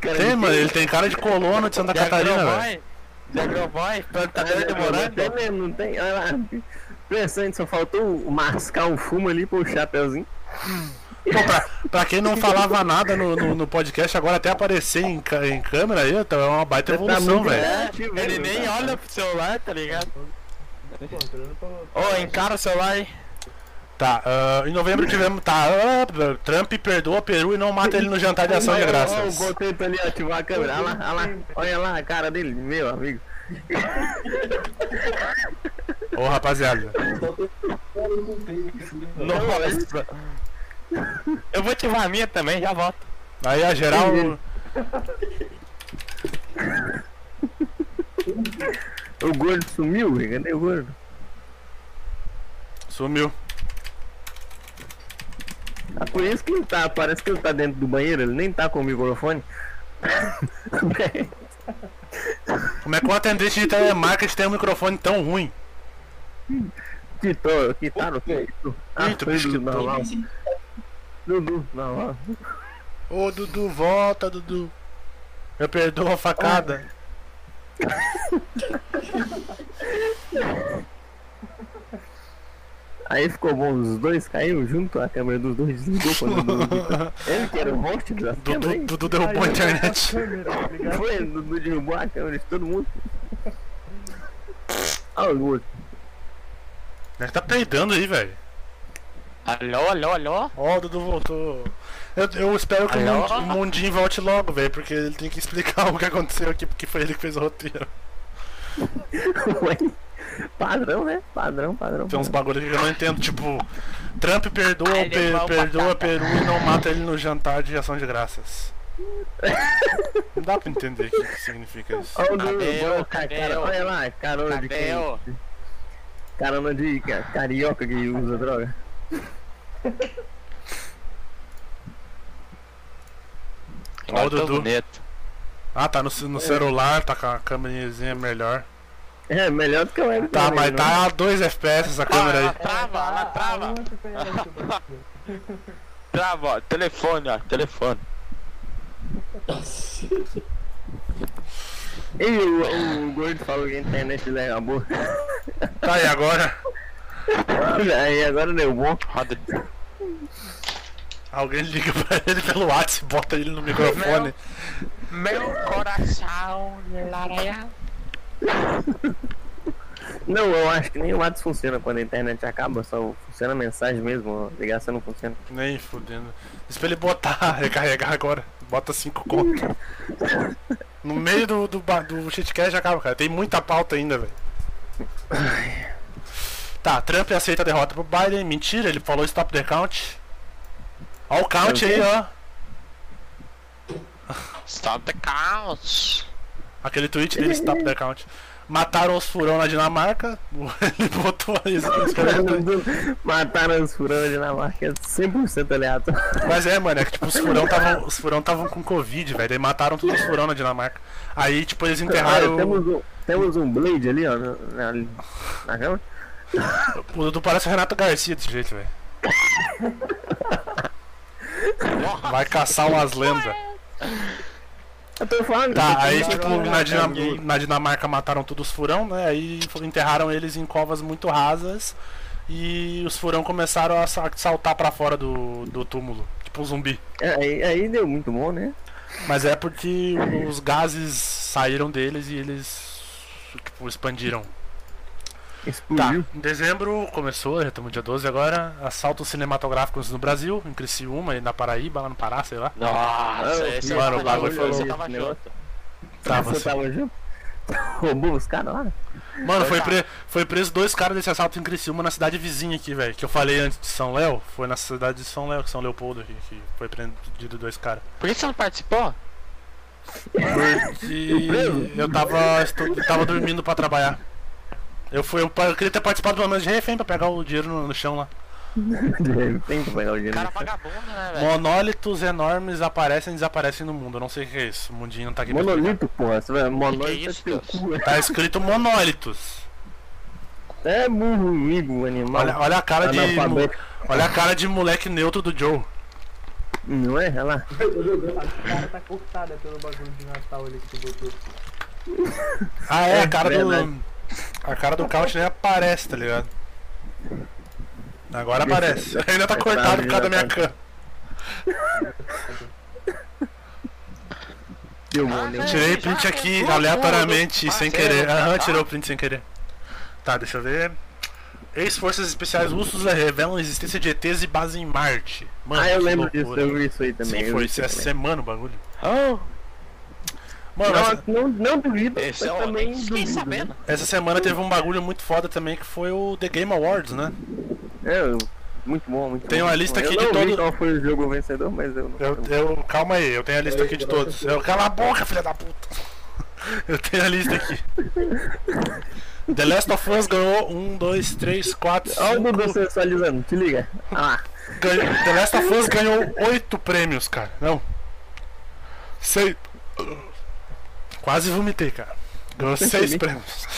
Cara,
Tem,
ele
mano, ele tem cara de colono de Santa
De
Catarina, velho. É,
agroboy. De agroboy.
Tá
Plantador de
Até
morango.
é,
então?
É,
mesmo, não tem. Olha lá. Interessante, só faltou mascar um fumo ali, pôr o chapeuzinho.
Pô, pra, pra quem não falava nada no, no, no podcast, agora até aparecer em, ca- em câmera aí, então é uma baita evolução, velho.
criativo,
Ele
né,
nem
cara?
olha pro celular, tá ligado?
Encontrando pra...
Ô, encara o celular aí.
Tá, ah, em novembro tivemos. Tá, ah, Trump perdoa Peru e não mata ele no jantar de ação de
Olha o
graças.
contento ali ativar a câmera. Olha lá, olha lá, olha lá a cara dele, meu amigo.
Ô rapaziada, é
Nossa. Eu vou ativar a minha também, já volto.
aí a geral. *laughs*
O gordo sumiu, velho. Cadê o gordo?
Sumiu.
Ah, por isso que ele tá, parece que ele tá dentro do banheiro, ele nem tá com o microfone. *laughs*
Como é que o atendente de telemarketing tem um microfone tão ruim?
Quitou, quitaram tudo. tá Ah,
Eita,
foi
bicho,
Dudu,
que
não, não. Dudu, não, não.
Ô Dudu, volta, Dudu. Eu perdoo a facada.
Aí ficou bom, os dois caiu junto, a câmera dos dois desligou quando o
*laughs*
Dudu quitou. Ele que era o host da câmera,
Dudu,
hein?
Dudu derrubou a internet.
*laughs* Foi, o Dudu derrubou a câmera de todo mundo. *laughs* Olha o gordo.
Ele tá peidando aí, velho.
Alô, alô, alô.
Ó, o Dudu voltou. Eu, eu espero que o
Alô?
Mund- o Mundinho volte logo, velho, porque ele tem que explicar *laughs* o que aconteceu aqui, porque foi ele que fez o roteiro.
Ué, *laughs* Padrão, né? Padrão, padrão.
Tem uns bagulho que eu não entendo, tipo, Trump perdoa,
Ah,
o
ele
Pe-
é mal
perdoa
batata.
Peru e não mata ele no jantar de ação de graças. Não dá pra entender o que, que significa isso.
Olha o Dudu,
Cadê
olha, cara,
eu? Cadê
cara,
eu?
olha lá, carona de
Cadê
quem?
eu?
Carona de ca- carioca que usa droga.
Ó, o
né?
Dudu.
Bonito.
Ah, tá no, ce-
É.
no celular, tá com a câmerazinha melhor.
É, melhor do que o web.
Tá,
câmera,
mas
né?
tá a 2 FPS essa
Ah,
câmera
ela
aí.
trava, ela trava. Trava, ó. Telefone, ó. Telefone.
E o, o gordo falou que a internet é dele acabou.
Tá aí agora.
*laughs* Aí agora deu bom.
Roda de...
Alguém liga pra ele pelo WhatsApp e bota ele no microfone.
Meu coração laranja.
Não, eu acho que nem o WhatsApp funciona quando a internet acaba, só funciona a mensagem mesmo, a ligação não funciona.
Nem fudendo. Diz pra ele botar, *laughs* recarregar agora. Bota 5 conto. No meio do, do, ba- do shitcast já acaba, cara. Tem muita pauta ainda, velho. Tá, Trump aceita a derrota pro Biden. Mentira, ele falou stop the count. Ó o count
Eu
aí,
vi.
ó.
Stop the count.
Aquele tweet dele, stop the count. Mataram os furão na Dinamarca. *laughs* Ele botou isso. Os caras
*laughs* Mataram os furão de Dinamarca, é 100% aleatório.
Mas é, mano, é que tipo, os furão estavam os furão tavam com Covid, velho. Daí mataram todos os furão na Dinamarca. Aí, tipo, eles enterraram.
Ah, temos, um, temos um Blade ali, ó, na, na, na cama.
O Dudu parece o Renato Garcia desse jeito, velho. Vai caçar umas lendas.
Eu tô falando.
Tá, aí tipo, na, Dina- na Dinamarca mataram todos os furão, né? Aí fo- enterraram eles em covas muito rasas e os furão começaram a sa- saltar pra fora do, do túmulo, tipo um zumbi.
É, Aí, aí deu muito bom, né?
Mas é porque os gases saíram deles e eles tipo, expandiram.
Explodiu.
Em dezembro começou, já estamos no dia 12 agora, assaltos cinematográficos no Brasil, em Criciúma e na Paraíba, lá no Pará, sei lá.
Ah,
Nossa, esse é
Mano, o
foi-
bagulho
foi- você
foi
tava junto.
Tá,
você
você.
tava junto? *laughs* Roubou os caras lá? *laughs*
Mano, foi, pre- foi preso dois caras desse assalto em Criciúma na cidade vizinha aqui, velho. Que eu falei antes de São Léo, foi na cidade de São Léo, São Leopoldo aqui, que foi prendido dois caras.
Por que você não participou?
Hum. Porque eu tava, estu- tava dormindo pra trabalhar. Eu fui, eu, pa- eu queria ter participado pelo menos de refém pra pegar o dinheiro no, no chão lá.
Tem que pegar o dinheiro.
Cara vagabundo,
É.
né, velho?
Monólitos enormes aparecem e desaparecem no mundo. Eu não sei o que é isso. O mundinho não tá aqui pra
Monolito, porra. Você
é
vai,
explicar.
monolito né?
Tá escrito monólitos.
é burro, amigo, animal.
Olha, olha a cara de.
Analfabeto.
mo- Olha a cara de moleque neutro do Joe.
Não é? Olha lá.
A cara tá cortada pelo bagulho de Natal ali que tu botou.
Ah é,
É,
a cara
verdade.
do. A cara do Couch nem aparece, tá ligado? Agora
*laughs*
aparece. Ainda tá cortado por causa da minha cama.
Deu
bom, né? Tirei print aqui aleatoriamente, sem querer. Aham, tirou o print sem querer. Tá, deixa eu ver. Ex-forças especiais russos revelam a existência de ETs e base em Marte. Mano,
Ah, eu
que
lembro disso,
loucura.
eu vi isso aí também.
Sim,
eu
foi Ah,
vi
isso essa
também.
semana o bagulho.
não,
Mano, essa-
não, não duvido.
Esse
mas
é o-
também
nem
duvido.
fiquei sabendo.
Essa semana teve um bagulho muito foda também que foi o The Game Awards, né?
É, eu- muito bom, muito
Tem
bom.
uma
muito
lista
bom.
aqui
eu
de
não vi
todo-
qual foi o jogo vencedor, mas eu não.
Eu, eu- calma aí, eu tenho a lista aqui de todos. Eu, cala a boca, filha da puta! *laughs* Eu tenho a lista aqui. The Last of Us ganhou 1, 2, 3, 4,
Olha o
5.
Dudu sensualizando, te liga. Ah.
The Last of Us ganhou 8 prêmios, cara. Não. Sei. Quase vomitei, cara. Ganhou 6
Percebi.
prêmios.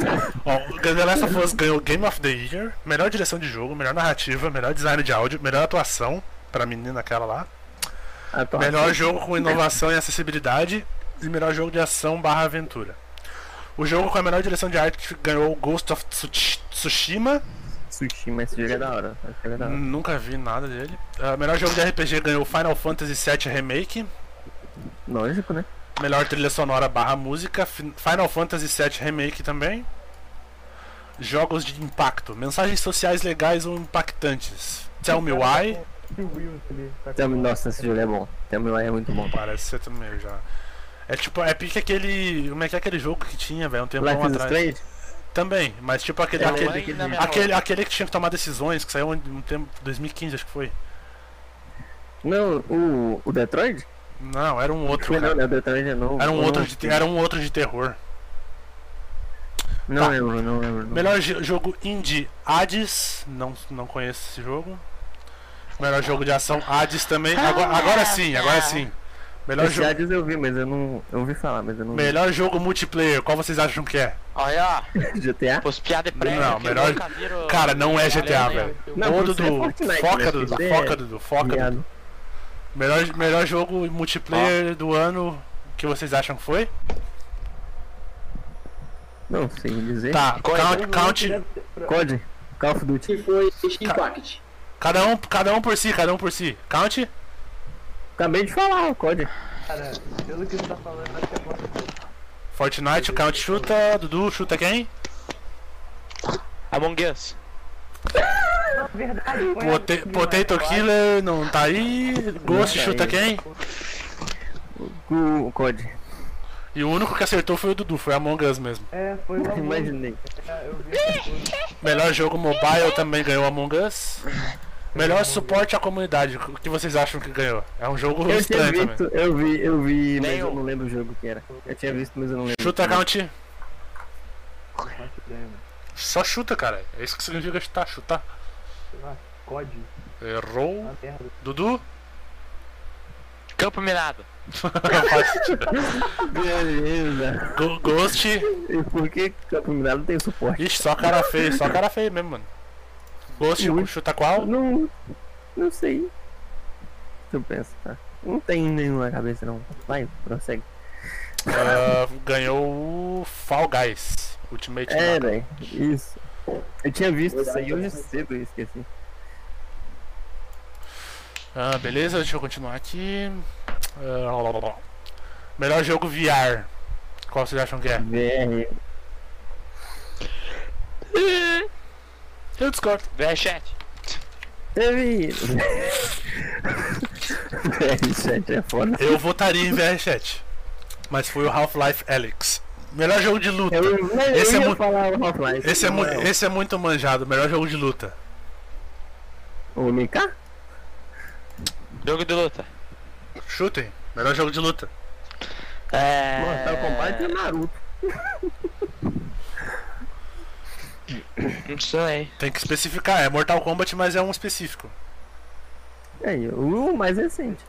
*laughs* Ó, The Last of Us ganhou Game of the Year, melhor direção de jogo, melhor narrativa, melhor design de áudio, melhor atuação pra menina aquela lá.
Atuação.
Melhor jogo com inovação e acessibilidade e melhor jogo de ação barra aventura. O jogo com a melhor direção de arte ganhou o Ghost of Tsush- Tsushima.
Tsushima, esse jogo é da hora. esse jogo é da hora.
Nunca vi nada dele. Ah, melhor jogo de RPG ganhou Final Fantasy VII Remake.
Lógico, né?
Melhor trilha sonora barra música. Fin- Final Fantasy VII Remake também. Jogos de impacto. Mensagens sociais legais ou impactantes. Tell Me Why.
Tell Me- Nossa, esse jogo é bom. Tell Me Why é muito bom.
Parece ser também já. É tipo, é pique aquele. Como é que é aquele jogo que tinha, velho? Um tempo
Life is
atrás.
Strange?
Também, mas tipo aquele.
É,
aquele,
Life is Strange.
aquele, aquele que tinha que tomar decisões, que saiu um um tempo. 2015 acho que foi.
Não, o, o Detroit?
Não, era um outro.
Não,
cara.
não, o Detroit é novo.
Era um
Eu
outro
não- Uhum.
de, te- era um outro de terror.
Não lembro, não lembro. não.
Tá. Melhor jo- jogo indie Hades, não, não conheço esse jogo. Melhor jogo de ação Hades também. Agora, agora sim, agora sim. Melhor
Esse
jogo.
Hades é eu vi, mas eu não. Eu ouvi falar, mas eu não. vi.
Melhor jogo multiplayer, qual vocês acham que é?
Olha,
GTA?
Os piada é prévio
Não,
que
melhor.
nunca viram-
Cara, não é
Olha
GTA,
aí,
velho.
eu-
Não,
Ô,
você é
Dudu,
Fortnite, né?
foca, Dudu,
Você é
foca, Dudu, foca,
viado.
Dudu. Melhor, melhor jogo multiplayer do ano que vocês acham que foi?
Não sei dizer.
Tá, count, count.
COD, Call of Duty.
Foi Impact.
Cada um, cada um por si, cada um por si. Count?
Acabei de falar, o COD.
Cara, pelo que você tá falando, acho que é bom.
Fortnite, o Count chuta, Dudu chuta quem?
Among Us.
Verdade, põe a-
Pote- Potato Killer não tá aí. Ghost
Não tá
chuta
aí.
quem?
O, o COD.
E o único que acertou foi o Dudu, foi Among Us mesmo.
É, foi o amor.
*laughs* Imaginei.
É, eu vi essa coisa.
Melhor jogo mobile também ganhou Among Us. Melhor suporte à comunidade, o que vocês acham que ganhou? É um jogo
Eu tinha
estranho
visto,
também.
eu vi, eu vi, mas
Nenhum.
eu não lembro o jogo que era. Eu tinha visto, mas eu não lembro.
Chuta, Count.
Não faço ideia, mano.
Só chuta, cara. É isso que significa chutar, chutar.
Sei lá, COD.
Errou.
Uma merda.
Dudu? *laughs*
Campo Minado.
Beleza.
Go- Ghost.
E por que Campo Minado tem suporte?
Ixi, só cara feio, só cara feio mesmo, mano. Ghost
Muito.
chuta qual?
Não, não sei. Deixa eu pensar. Não tem nenhum na cabeça, não. Vai, prossegue.
Ah, ganhou o Fall Guys Ultimate
É,
Knockout.
velho, isso. Eu tinha visto isso aí hoje cedo e esqueci.
Ah, beleza, deixa eu continuar aqui. Ah, lá, lá, lá. Melhor jogo VR. Qual vocês acham que é?
VR.
Eu discordo.
VR Chat.
Teve. *laughs* VR Chat é foda.
Eu votaria em VR Chat. Mas foi o Half-Life Alyx. Melhor jogo de luta.
eu
esse,
ia
é mu-
falar o Half-Life,
esse, é
não
mu-
é o-
esse é muito manjado. Melhor jogo de luta.
O MK?
Jogo de luta.
Chutem. Melhor jogo de luta.
É...
tá
Mortal Kombat e Naruto.
um
Não sei.
Tem que especificar. É Mortal Kombat, mas é um específico.
É, o mais recente.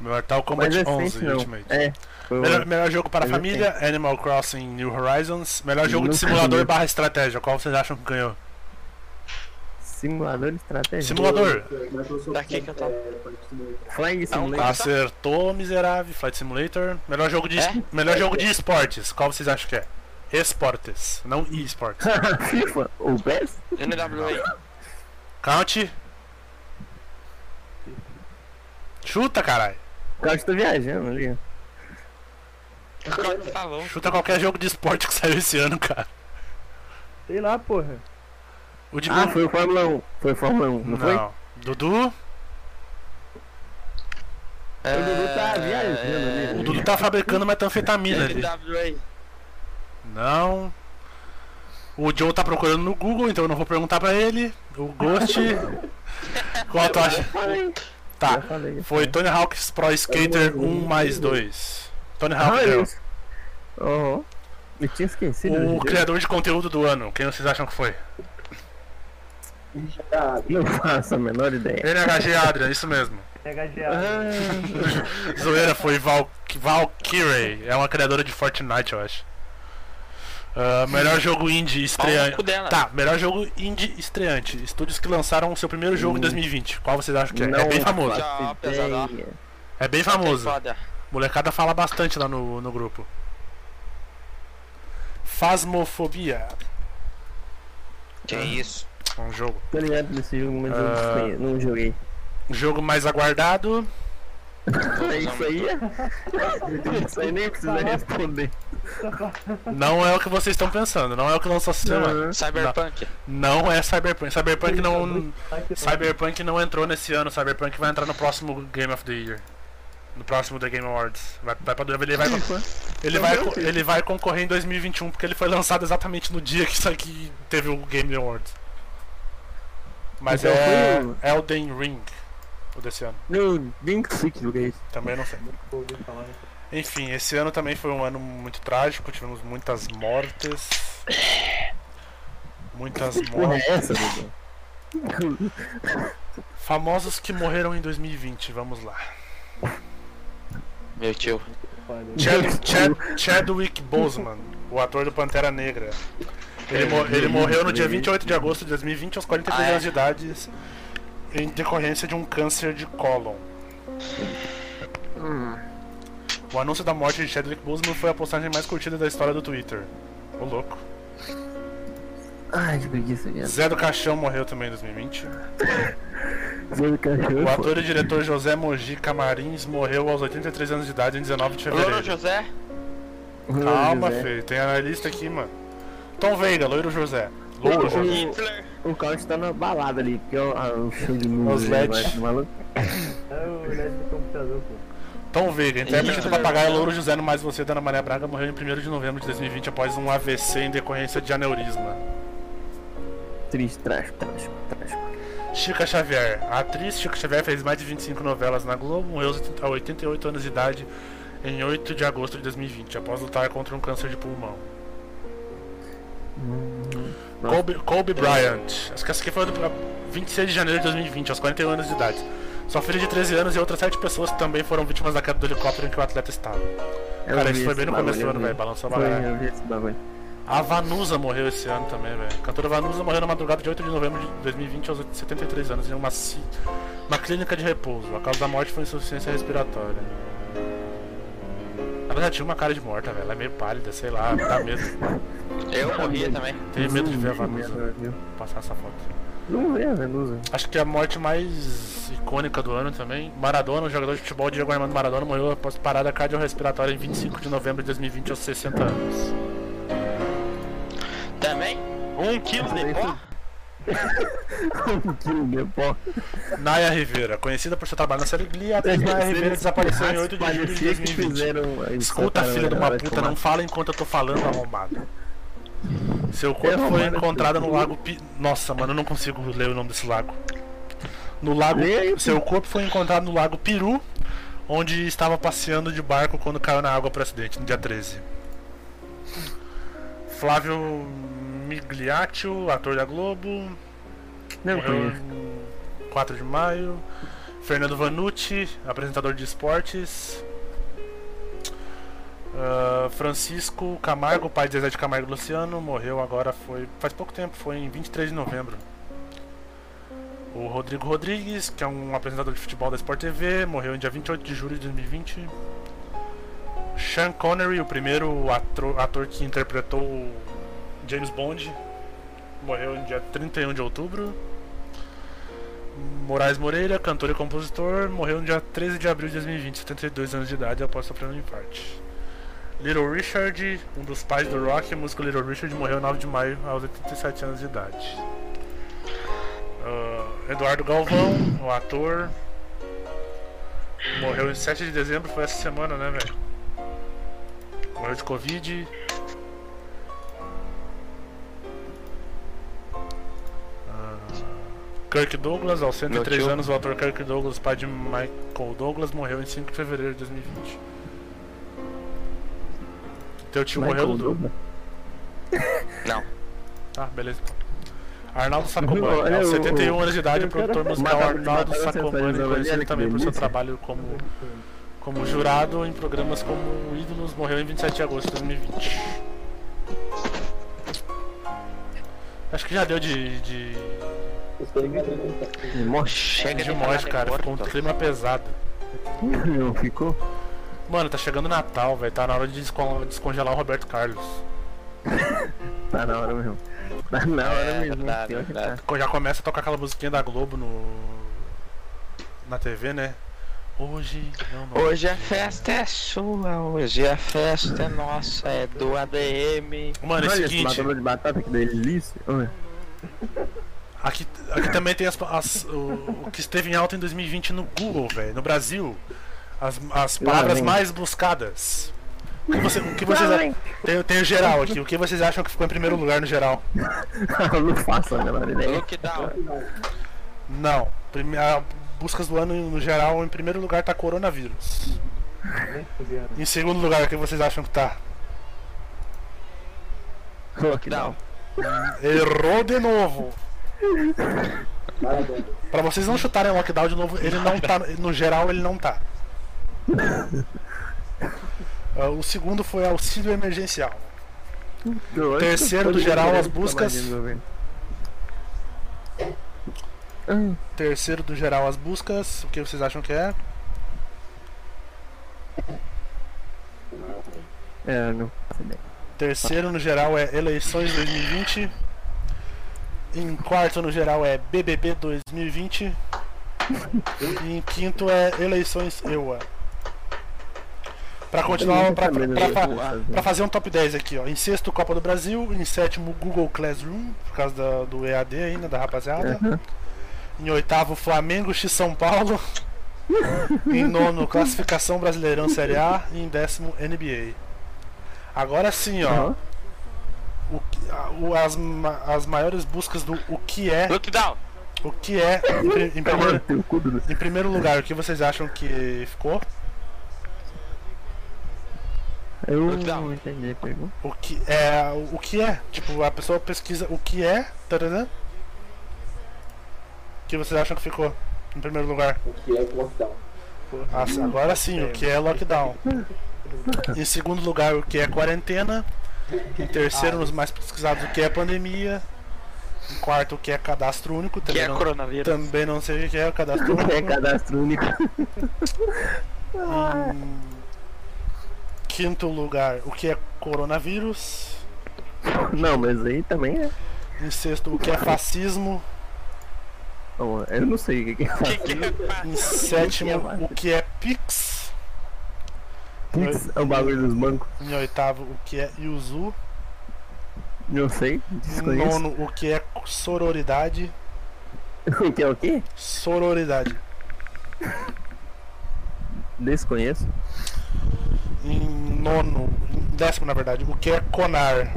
Mortal Kombat
recente,
11
não.
Ultimate.
É, foi o-
Melhor, melhor jogo para a
Mas
família, Animal Crossing New Horizons. Melhor jogo de
Nunca
simulador
vi.
barra estratégia. Qual vocês acham que ganhou?
Simulador de estratégia.
Simulador. É um
Daqui que eu tô.
Flying Simulator.
Acertou, miserável. Flight Simulator. Melhor jogo de,
É?
melhor jogo de esportes. Qual vocês acham que é? Esportes, não e-sports.
*laughs* FIFA, o PES?
NWA.
Count. Chuta, caralho.
O cara tá viajando ali.
Corta, falou.
Chuta qualquer jogo de esporte que saiu esse ano, cara.
Sei lá, porra.
O de
Ah, foi o Fórmula 1. Foi o Fórmula 1, não, foi?
Não. Dudu?
O Dudu tá viajando ali.
O Dudu tá fabricando metanfetamina ali.
NWA.
Não. O Joe tá procurando no Google, então eu não vou perguntar pra ele. O
*laughs*
Ghost. Qual tu acha? Tá. Foi Tony Hawk's Pro Skater 1 mais 2. Tony
Ah,
Hawk
é
Pro.
isso. Aham. Eu tinha esquecido.
O
gente.
criador de conteúdo do ano, quem vocês acham que foi?
Ah, Não faço a menor ideia.
NHG Adrian, isso mesmo. É, Zoeira foi Val Valkyrie. É uma criadora de Fortnite, eu acho. Ah, melhor jogo indie
Pau no
estreante.
cu dela.
Tá, melhor jogo indie estreante. Estúdios que lançaram o seu primeiro jogo em 2020. Qual vocês acham que é? É
Não
bem famoso.
faço
Já, pesadão.
ideia.
É bem famoso.
Foda.
Molecada fala bastante lá no, no grupo. Fasmofobia.
Que isso?
É um jogo.
Tô ligado nesse jogo, mas eu
Ah.
desconhe- não joguei.
O Um jogo mais aguardado.
É isso aí. é- Isso aí *laughs* nem precisa responder.
Não é o que vocês estão pensando. Não é o que lançou essa semana.
Cyberpunk.
Não é Cyberpunk. Cyberpunk não.
Ai, que tá-
Cyberpunk não entrou nesse ano. Cyberpunk vai entrar no próximo Game of the Year. No próximo The Game Awards. Vai, vai pra, ele, vai, ele,
é
vai, co- ele vai concorrer em 2021 porque ele foi lançado exatamente no dia que isso aqui teve o Game Awards. Mas
Então
é
foi o-
Elden Ring o desse ano.
Meu, bem que é fique joguei isso.
Também não sei.
eu ouvi falar, né?
Enfim, esse ano também foi um ano muito trágico. Tivemos muitas mortes. Muitas
Porra, é
mortes.
essa, Dudu?
Famosos que morreram em 2020, vamos
*laughs*
lá.
Meu tio.
*laughs* Chad- Chad- Chadwick Boseman, o ator do Pantera Negra. Ele, mo-
É,
ele morreu no dia 28 de agosto de 2020, aos 43
Ah, é?
anos de idade, em decorrência de um câncer de cólon.
Hum.
O anúncio da morte de Chadwick Boseman foi a postagem mais curtida da história do Twitter. Ô louco.
Ai, que preguiça, viado.
É.
Zé do Caixão morreu também em 2020.
Foi do cachorro.
O ator e diretor José Mojica Marins morreu aos 83 anos de idade em 19 de
Louro
fevereiro.
José?
Louro
Calma,
José.
feio, tem a lista aqui, mano. Tom Veiga, Loiro José. Louro José.
O, o Carlos tá na balada ali, que é o, a- o show de luz.
Os
né,
LEDs.
vai, maluco.
É o LED do computador, pô.
Tom Veiga, intérprete do papagaio Louro José no Mais Você da Ana Maria Braga, morreu em 1 de novembro de 2020 após um AVC em decorrência de aneurisma.
Triste, trágico, trágico, trágico.
Chica Xavier. A atriz Chica Xavier fez mais de 25 novelas na Globo, morreu a 88 anos de idade em 8 de agosto de 2020, após lutar contra um câncer de pulmão. Kobe, Kobe Bryant. Acho que essa aqui foi do 26 de janeiro de 2020, aos 41 anos de idade. Sua filha de 13 anos e outras 7 pessoas também foram vítimas da queda do helicóptero em que o atleta estava.
Eu
Cara,
vi
isso foi bem
esse
no começo do
bagulho,
ano,
eu vi.
velho. Balançou a
Foi,
barata.
eu vi esse bagulho.
A Vanusa morreu esse ano também, velho. A cantora Vanusa morreu na madrugada de 8 de novembro de 2020 aos 73 anos em uma, ci- uma clínica de repouso. A causa da morte foi insuficiência respiratória. Ela já tinha uma cara de morta, velho. Ela é meio pálida, sei lá, dá medo.
Eu morria também.
Tenho medo de ver a
Zumbi,
Vanusa. Vou passar essa foto.
Não vê a Venusa.
Acho que a morte mais icônica do ano também. Maradona, o jogador de futebol Diego Armando Maradona, morreu após parada cardiorrespiratória em 25 de novembro de 2020 aos 60 anos.
Também? Um quilo de pó?
Naya Rivera, conhecida por seu trabalho na série Glee, a atriz Naya Rivera desapareceu em 8 de julho de 2020. Escuta, filha de uma puta, não fala enquanto eu tô falando, arrombado. Seu corpo foi encontrado no lago Pi... Nossa, mano, eu não consigo ler o nome desse lago. No lago...
Lê aí, pô.
Seu corpo foi encontrado no lago Peru, onde estava passeando de barco quando caiu na água por acidente, no dia 13. Flávio Migliaccio, ator da Globo.
Não
morreu em 4 de maio. Fernando Vanucci, apresentador de esportes. Ah, Francisco Camargo, pai de Zezé de Camargo e Luciano, morreu agora foi faz pouco tempo, foi em 23 de novembro. O Rodrigo Rodrigues, que é um apresentador de futebol da Sport TV, morreu em dia 28 de julho de 2020. Sean Connery, o primeiro atro- ator que interpretou o James Bond, morreu em dia 31 de outubro. Moraes Moreira, cantor e compositor, morreu no dia 13 de abril de 2020, 72 anos de idade, após sofrer um infarto. Little Richard, um dos pais do rock, o músico Little Richard, morreu 9 de maio, aos 87 anos de idade. Ah, Eduardo Galvão, o ator, morreu em 7 de dezembro, foi essa semana, né, velho? Morreu de Covid. Ah, Kirk Douglas, aos 103
Meu tio.
anos, o ator Kirk Douglas, pai de Michael Douglas, morreu em 5 de fevereiro de 2020. Teu tio
Michael
morreu do...
Douglas?
Não.
Tá, beleza. Arnaldo
Olha,
Sacomani, né? aos
o-
71 anos de idade, o
o cara-
produtor musical
Mataram-
Arnaldo
mataram essa
Sacomani,
atualização
conhecido
dele,
também
que
por seu
é delícia.
trabalho como, como jurado em programas como Ídolos, morreu em 27 de agosto de 2020. Acho que já deu de. de,
Chega
de
de
morte,
falar
cara.
de
Ficou um
morto.
clima pesado.
Não ficou?
Mano, tá chegando Natal, velho. Tá na hora de descon- descongelar o Roberto Carlos.
Tá na hora mesmo. Tá na hora
É,
mesmo.
verdade,
pior que tá.
verdade.
Já começa a tocar aquela musiquinha da Globo no. na TV, né? Hoje é o nosso
Hoje a festa é sua, hoje a festa é nossa, é do ADM.
Mano, é o
Olha esse
seguinte.
matador de batata, que delícia. Olha. *laughs*
Aqui, aqui também tem as, as- o, o que esteve em alta em 2020 no Google, velho. No Brasil, as, as
Lá
palavras
vem.
mais buscadas. O que, você- o que vocês
Lá
a-
vem.
tem, tem o geral aqui. O que vocês acham que ficou em primeiro lugar no geral?
Não faça a menor ideia.
Lockdown.
Não. Prime- a- buscas do ano no geral, em primeiro lugar tá coronavírus. Em segundo lugar, o que vocês acham que tá?
Lockdown.
Errou de novo. Pra vocês não chutarem o lockdown de novo, ele não tá. No geral, ele não tá. Ah, o segundo foi auxílio emergencial.
Eu acho
Terceiro
que
do
todo
geral,
mundo
as
tá
buscas.
mais envolvido.
Ah. Terceiro do geral, as buscas. O que vocês acham que é?
É, não faço ideia.
Terceiro no geral é eleições 2020. Em quarto no geral é BBB 2020. E em quinto é eleições EUA. Pra continuar, pra, pra- pra- pra- pra fazer um top 10 aqui, ó. Em sexto, Copa do Brasil. Em sétimo, Google Classroom, por causa da- do EAD ainda, da rapaziada.
Aham.
Em oitavo, Flamengo X São Paulo. em nono, Classificação Brasileirão Série A. E em décimo, NBA. Agora sim, ó. O que- a- o- as, ma- as maiores buscas do o que é. O que é. Em, pri- em primeiro, em primeiro lugar, o que vocês acham que ficou?
Eu não entendi a *laughs* pergunta.
O que é. O que é? Tipo, a pessoa pesquisa o que é. Tararã, o que vocês acham que ficou em primeiro lugar? O que é lockdown? agora sim, o que é lockdown. Em segundo lugar, o que é quarentena. Em terceiro, nos mais pesquisados, o que é pandemia. Em quarto, o que é cadastro único. Também
é
não,
coronavírus.
Também não sei o que é o cadastro
*laughs*
único.
É cadastro único.
Em quinto lugar, o que é coronavírus.
Não, mas aí também é.
Em sexto, o que é fascismo.
Bom, Eu não sei o que que é.
Em sétimo, o que é Pix.
Pix é o bagulho dos bancos.
Em oitavo, o que é Yuzu.
Não sei,
Em
desconheço.
nono, o que é sororidade.
*laughs* O que é o quê?
Sororidade.
Desconheço.
Em nono, em décimo na verdade, o que é CONAR.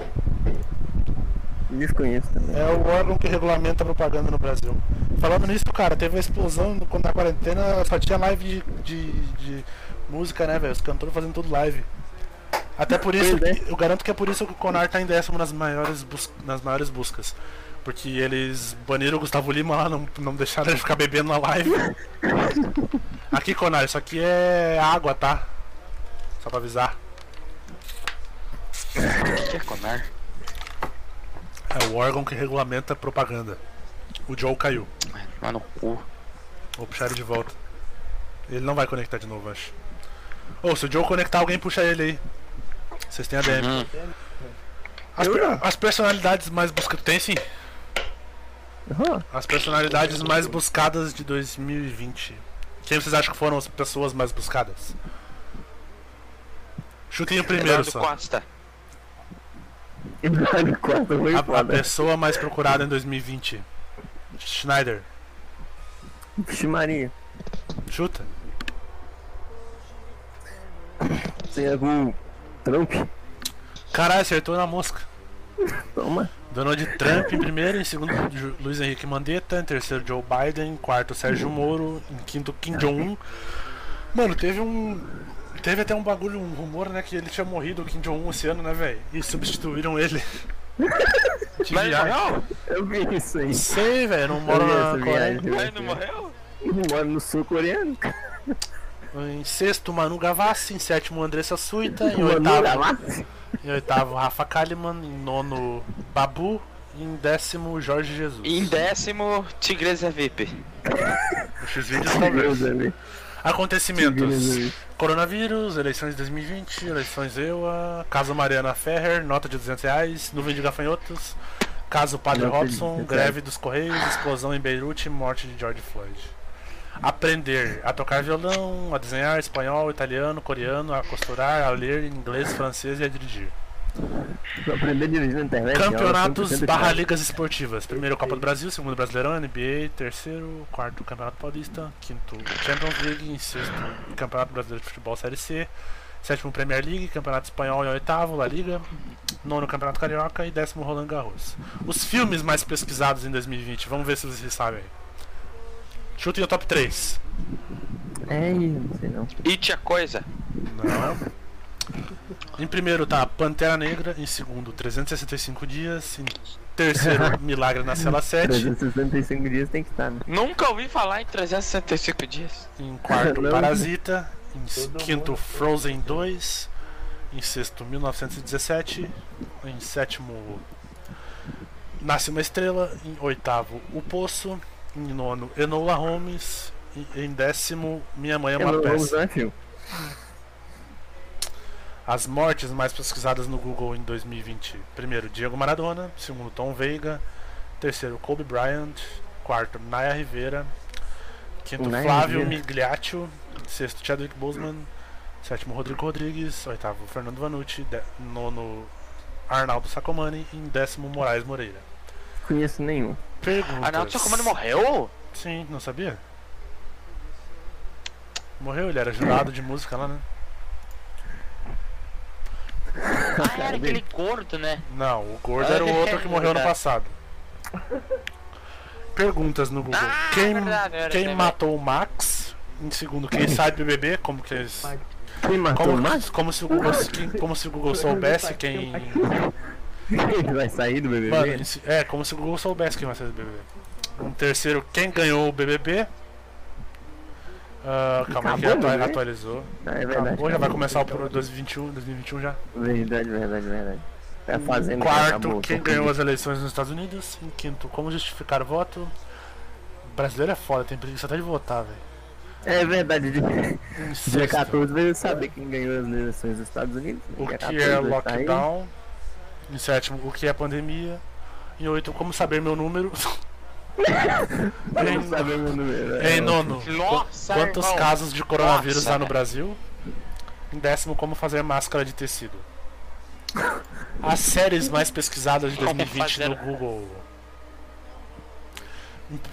Desconheço também. *laughs*
É o órgão que regulamenta a propaganda no Brasil. Falando nisso, cara, teve uma explosão no- quando na quarentena só tinha live de, de- de música, né, velho? Os cantores fazendo tudo live. Até por isso, eu garanto que é por isso que o Conar tá em décimo nas maiores, bus- nas maiores buscas. Porque eles baniram o Gustavo Lima lá, não, não deixaram ele ficar bebendo na live. Aqui, Conar, isso aqui é água, tá? Só pra avisar.
O que é Conar?
É o órgão que regulamenta a propaganda. O Joe caiu.
Mano, cu.
Vou puxar ele de volta. Ele não vai conectar de novo, acho. Ou se o Joe conectar, alguém puxa ele aí. Vocês têm a
Uhum.
DM. As, per- as personalidades mais buscadas. Tem sim. As personalidades mais buscadas de 2020. Quem vocês acham que foram as pessoas mais buscadas? Chutem o primeiro
Eduardo
só.
Hum. Costa.
Eduardo Costa foi
A, a
foda.
pessoa mais procurada em 2020. Schneider.
Vixe Maria.
Chuta.
Tem algum Trump?
Caralho, acertou na mosca.
Toma.
Donald Trump em primeiro, em segundo Ju- Luiz Henrique Mandetta, em terceiro Joe Biden, em quarto Sérgio Moro, em quinto Kim Jong-un. Mano, teve um. Teve até um bagulho, um rumor, né, que ele tinha morrido, o Kim Jong-un esse ano, né, velho? E substituíram ele. Que
Mas ele
viagem.
morreu?
Eu vi isso aí.
Sei, velho, não moro
Eu vi
na
essa
Coreia.
viagem, eu vi.
morreu?
Não moro no sul coreano, cara.
Em sexto, Manu Gavassi, em sétimo Andressa Suíta, em
Manu
oitavo.
Gavassi?
Em oitavo, Rafa Kalimann, em nono Babu, e em décimo Jorge Jesus.
Em décimo, é Tigresa VIP.
Esses vídeos talvez. Acontecimentos. Coronavírus, eleições de 2020, eleições EUA, caso Mariana Ferrer, nota de 200 reais, nuvem de gafanhotos, caso Padre
Nota de
Robson,
200
greve dos Correios, explosão em Beirute, morte de George Floyd. Aprender a tocar violão, a desenhar espanhol, italiano, coreano, a costurar, a ler inglês, francês e a dirigir.
Pra aprender a dirigir na internet. né?
Campeonatos barra
liga.
ligas esportivas. Primeiro Copa do Brasil, segundo Brasileirão, NBA, terceiro, quarto Campeonato Paulista, quinto Champions League, em sexto Campeonato Brasileiro de Futebol Série C, sétimo Premier League, Campeonato Espanhol e oitavo La Liga, nono Campeonato Carioca e décimo Roland Garros. Os filmes mais pesquisados em 2020, vamos ver se vocês sabem. Chutem o top 3.
É, não sei não.
It a coisa.
Não. Em primeiro tá Pantera Negra, em segundo 365 dias, em terceiro Milagre na Cela 7.
365 dias tem que estar, né?
Nunca ouvi falar em 365 dias.
Em quarto,
*laughs* Não.
Parasita. Em s- quinto, Frozen 2. Em sexto, 1917. Em sétimo, Nasce uma Estrela. Em oitavo, O Poço. Em nono, Enola Holmes. E- Em décimo, Minha Mãe é uma
Enola Holmes não
Peça.
é filme.
As mortes mais pesquisadas no Google em 2020. Primeiro, Diego Maradona. Segundo, Tom Veiga. Terceiro, Kobe Bryant. Quarto, Naya Rivera. Quinto,
Não é
Flávio
mentira.
Migliaccio. Sexto, Chadwick Boseman. Sétimo, Rodrigo Rodrigues. Oitavo, Fernando Vanucci. De- Nono, Arnaldo Sacomani. E em décimo, Moraes Moreira.
Conheço nenhum.
Perguntas.
Arnaldo
*laughs*
Sacomani morreu?
Sim, não sabia? Morreu, ele era jurado de música lá, né?
Ah, era aquele gordo, né?
Não, o gordo
*laughs*
era o outro que morreu ano passado. Perguntas no Google.
Ah, é
quem
verdade, era
quem
também.
matou o Max? Em segundo, quem sai do BBB? Como que eles.
Quem matou
como,
o Max?
Como se o Google, quem- como se o Google soubesse quem.
*laughs* Ele vai sair do BBB?
Mano, esse- é, como se o Google soubesse quem vai sair do BBB. Em terceiro, quem ganhou o BBB? Ah, calma aí que
Acabou,
atua-
né?
atualizou.
Ah, é verdade,
Acabou, já vai
acabou.
começar o pro 2021, 2021 já.
Verdade, verdade, verdade. Tá fazendo
Um Quarto, quem ganhou as eleições nos Estados Unidos. Em quinto, como justificar o voto. O brasileiro é foda, tem preguiça até de votar, velho.
É verdade, de...
*laughs*
dia
sexto.
14 vai saber quem ganhou as eleições dos Estados Unidos.
O
Dia tá
que
14
é
vai sair.
lockdown? Em sétimo, o que é pandemia? Em oito, como saber meu número? *laughs*
Como saber meu número, é
Em nono,
ótimo.
qu-
Nossa,
quantos
Tá, irmão.
casos de coronavírus
Nossa,
há no
velho.
Brasil? Em décimo, como fazer máscara de tecido? As séries mais pesquisadas de
Como
2020
fazer-
no Google.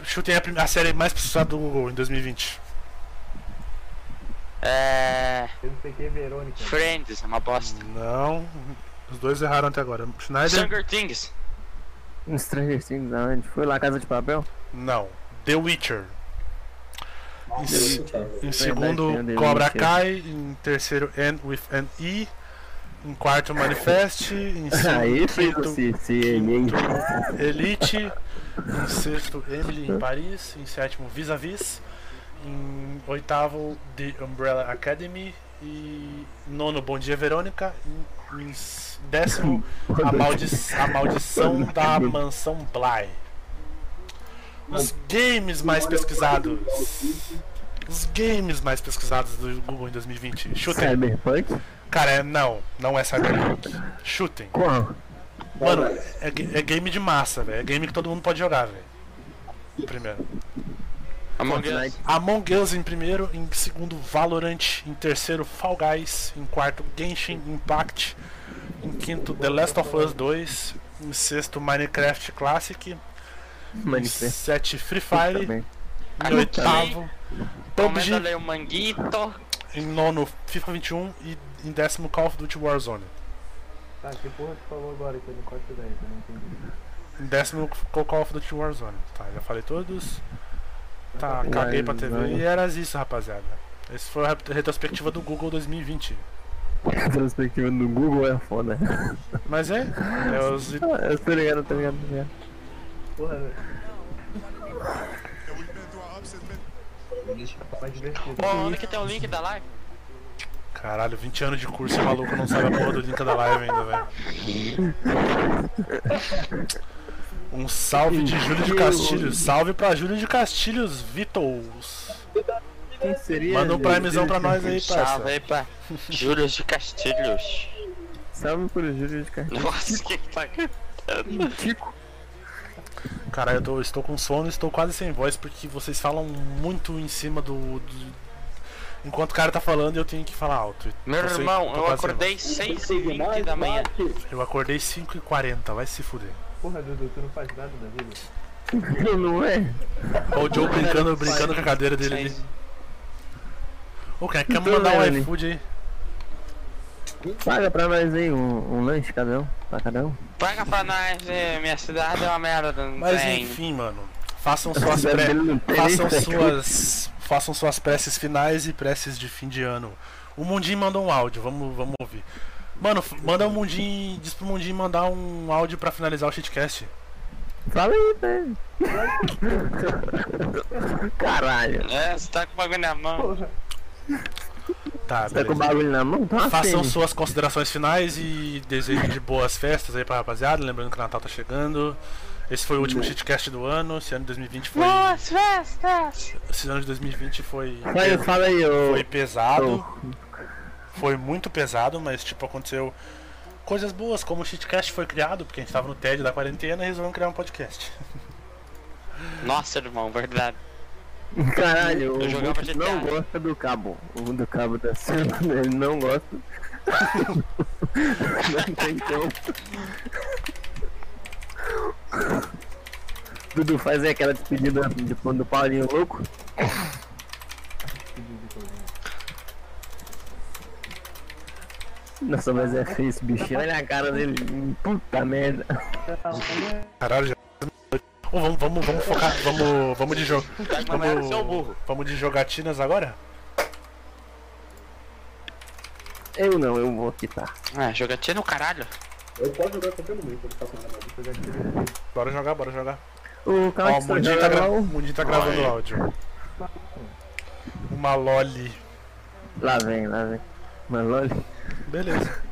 Chutem a, prim- a série mais pesquisada do Google em 2020.
É.
PQ Verônica.
Friends, é uma
Hum.
bosta.
Não, os dois erraram até agora. Schneider.
Stranger Things.
No Um Stranger Things, aonde? Foi lá, Casa
*laughs*
de Papel?
Não. The Witcher. Em, se- em
Verdade,
segundo,
tem o The
Cobra
Witcher.
Kai. Em terceiro, End with an E. Em
*coughs*
quarto, Manifest. Em
Aí
cin-
fez
quinto,
o CNN.
Elite. Em sexto, Emily em Paris. Em sétimo, Vis-a-Vis. Em oitavo, The Umbrella Academy. E nono, Bom Dia Verônica. Em, em s- décimo, a, maldi a Maldição da Mansão Bly. Os games mais pesquisados. Os games mais pesquisados do Google em 2020. Chutem.
Cyberpunk?
Cara, é- não, não é Cyberpunk. Chutem.
Qual?
Mano, é, ga- é game de massa, velho. É game que todo mundo pode jogar, velho. Primeiro.
Among Us.
Among Us em primeiro, em segundo Valorant, em terceiro Fall Guys, em quarto Genshin Impact, em quinto The Last of Us 2, em sexto Minecraft Classic, em
Minecraft.
sete Free
Eu
Fire,
também. *laughs*
em oitavo PUBG,
Comenta ali o manguito.
em nono FIFA 21 e em décimo Call of Duty Warzone.
Tá, que porra que falou agora que é eu não corto ideia, que eu não entendi.
Em décimo ficou Call of Duty Warzone. Tá, já falei todos. Tá,
Warzone.
caguei pra TV. E era isso, rapaziada. Esse foi a re- retrospectiva do Google 2020.
A perspectiva do Google é foda. *laughs*
Mas é? é os...
Eu tô ligado, tô ligado, tô ligado.
Porra, velho. Mais divertido.
Ó, onde que tem o link da live?
Caralho, 20 anos de curso e o maluco não sabe a porra do link da live ainda, velho. Um salve de Júlio de Castilhos. Salve pra Júlio de Castilhos, Vitals.
Quem seria?
Manda um
gente?
primezão pra nós aí,
Salve
parça.
aí pra Júlio de Castilhos.
Salve por Júlio de Castilhos.
Nossa, que pariu.
Caralho, eu tô- estou com sono e estou quase sem voz porque vocês falam muito em cima do. do- Enquanto o cara tá falando, eu tenho que falar alto.
Meu
Tô sem-
irmão,
tô
eu
quase sem
acordei
voz.
6h20 da manhã.
Eu acordei 5h40, vai se fuder.
Porra, Dudu, tu não faz nada da vida.
*laughs* Não é?
Ó, o Joe brincando, brincando com a cadeira dele ali. Ô, cara, quer me mandar um
Então,
iFood aí?
Paga pra nós aí um, um lanche cada um, pra cada um.
Paga pra nós, é, minha cidade é uma merda, não
Mas
tem.
enfim, mano. Façam suas, pre...
Ele não tem nem
façam
fé.
suas façam suas preces finais e preces de fim de ano. O Mundinho mandou um áudio, vamos, vamos ouvir. Mano, f- manda o Mundinho, diz pro Mundinho mandar um áudio pra finalizar o shitcast.
Fala aí né? pra
*laughs*
ele. Caralho.
É, você tá com o bagulho na mão.
Tá,
Tá com
beleza.
o bagulho na mão? Tá uma
Façam
pena.
suas considerações finais e desejo de boas festas aí pra rapaziada. Lembrando que o Natal tá chegando. Esse foi o último shitcast do ano. Esse ano de 2020 foi.
Boas festas!
Esse ano de 2020 foi.
Fala, fala aí, ô.
Foi pesado. Foi muito pesado, mas tipo, aconteceu coisas boas, como o shitcast foi criado, porque a gente tava no tédio da quarentena e resolvemos criar um podcast.
Nossa, irmão, verdade.
*laughs* Caralho,
Eu
o
jogava
Bush
GTA.
não gosta do cabo. O do cabo da cena, *laughs* ele não gosta. não tem como. Dudu faz aquela despedida de quando o Paulinho é louco. Nossa, mas é feio esse bichinho. Olha a cara dele. Puta merda.
Caralho, já. Ô, vamos, vamos, vamos focar, vamos, vamos Tá de jogo.
comendo seu
Vamos, vamos de jogatinas agora?
Eu não, eu vou quitar.
Ah, jogatina no caralho.
Eu posso jogar a qualquer momento, ele tá com nada.
Bora jogar, bora jogar.
O é
Ó, o Mundinho tá, gra... o Mundinho tá gravando o áudio. Uma loli.
Lá vem, lá vem. Uma loli.
Beleza.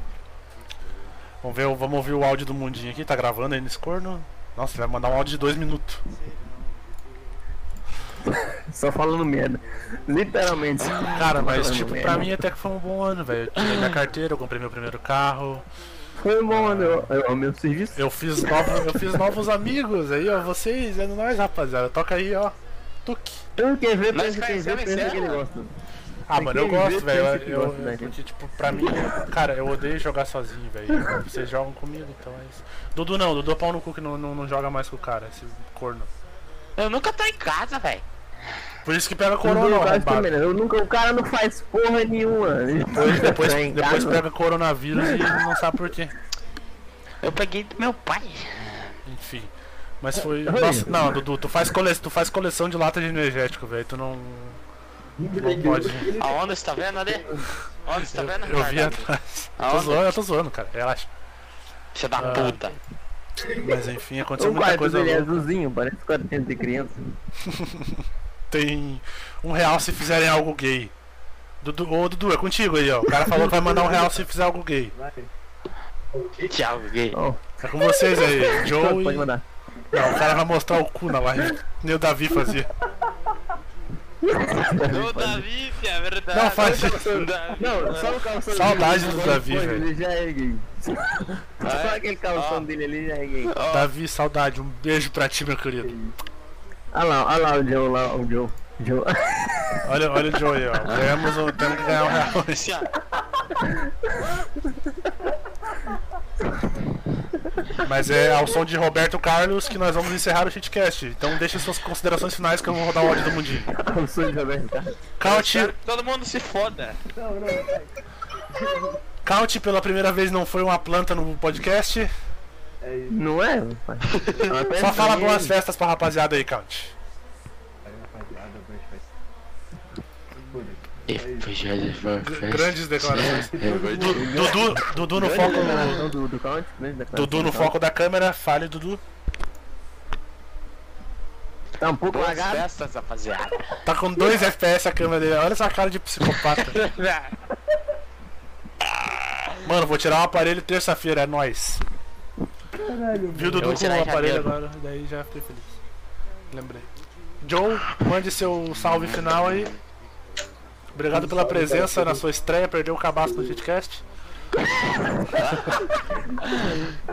Vamos ver, o- vamos ouvir o áudio do Mundinho aqui, tá gravando aí nesse corno. Nossa, ele vai mandar um áudio de dois minutos.
Só falando merda. Literalmente.
Cara, mas
Falando
tipo,
merda.
pra mim até que foi um bom ano, velho. Eu tirei minha carteira, eu comprei meu primeiro carro.
Foi bom, ano, eu, eu, o meu serviço.
Eu fiz novos, eu fiz novos amigos aí, ó. Vocês, é nós, rapaziada. Toca aí, ó. Tuque.
Eu quer ver,
Nós pensa, quem vê, crescemos, pensa que ele é?
gosta.
Ah, mano, eu
Quem vê,
gosto, velho.
pensa que
Eu,
gosta,
eu-
né,
porque, tipo, pra mim, cara, eu odeio jogar sozinho, velho. Vocês jogam comigo, então é isso. Dudu não, Dudu é pau no cu que não, não, não joga mais com o cara, esse corno.
Eu nunca tô em casa, velho.
Por isso que pega
Não,
corona,
eu gosto
arrombado.
também, né? Eu nunca, o cara não faz porra nenhuma. Ele
Depois, depois,
tá em
depois
casa.
pega coronavírus e não sabe por quê.
Eu peguei do meu pai.
Enfim. Mas foi.
Oi.
Nossa, não, Dudu, tu faz, cole... tu faz coleção de lata de energético, velho. Tu não. Não pode.
A onda você tá vendo ali? A onda você tá vendo?
Eu vi
retardado?
atrás.
A
*laughs* Tô
onda?
zoando, eu tô zoando, cara. Relaxa.
Filho da
Ah,
puta.
Mas enfim, aconteceu
O
muita
quarto
coisa
dele é
louca.
azulzinho, parece quartinho de criança.
Tem um real se fizerem algo gay. Dudu, ô Dudu, é contigo aí, ó. O cara falou que vai mandar um real se fizer algo gay.
Tchau, gay.
Ó,
É com vocês aí, Joe.
Pode
e-
mandar.
Não, o cara vai mostrar o cu na live. Nem o Davi fazia.
Ô, Davi, filho, é verdade.
Não, faz
isso.
Não, só o calção
Saudade
dele,
do
só
Davi,
depois
velho.
Ele já é gay. Só aquele calção dele ali já é gay.
Davi, saudade. Um beijo pra ti, meu querido.
Olha lá, olha lá o Joe, lá o Joe. Joe. *laughs*
Olha, olha o Joe aí, ó. Ganhamos um- temos que ganhar um real.
Assim, ó.
Mas é ao som de Roberto Carlos que nós vamos encerrar o shitcast. Então deixa suas considerações finais que eu vou rodar o áudio do mundinho.
o sonho de Roberto tá? Carlos.
Count,
Tá Todo mundo se foda.
Não, não, vai.
Count pela primeira vez não foi uma planta no podcast.
É isso.
Não é? rapaz? Ela
Só
tá
fala
gay.
boas festas pra rapaziada aí, Count.
Aí, rapaziada, vai, vai.
G- Grandes declarações. Du- Dudu, Dudu no
É, Grande
foco.
declaração do- do Count, grande declaração
Dudu
do
no
Count.
foco da câmera, fale Dudu.
Tá um pouco
Boas
lagado.
festas, rapaziada.
Tá com 2 FPS a câmera dele, olha essa cara de psicopata. Mano, vou tirar o aparelho terça-feira, é nóis.
Caralho,
Viu
mano.
Dudu
vou
com
tirar
o
em
aparelho
janeiro.
agora, daí já fiquei feliz. Lembrei. Joe, mande seu salve final aí. Obrigado pela presença na sua estreia, perdeu o cabaço no shitcast.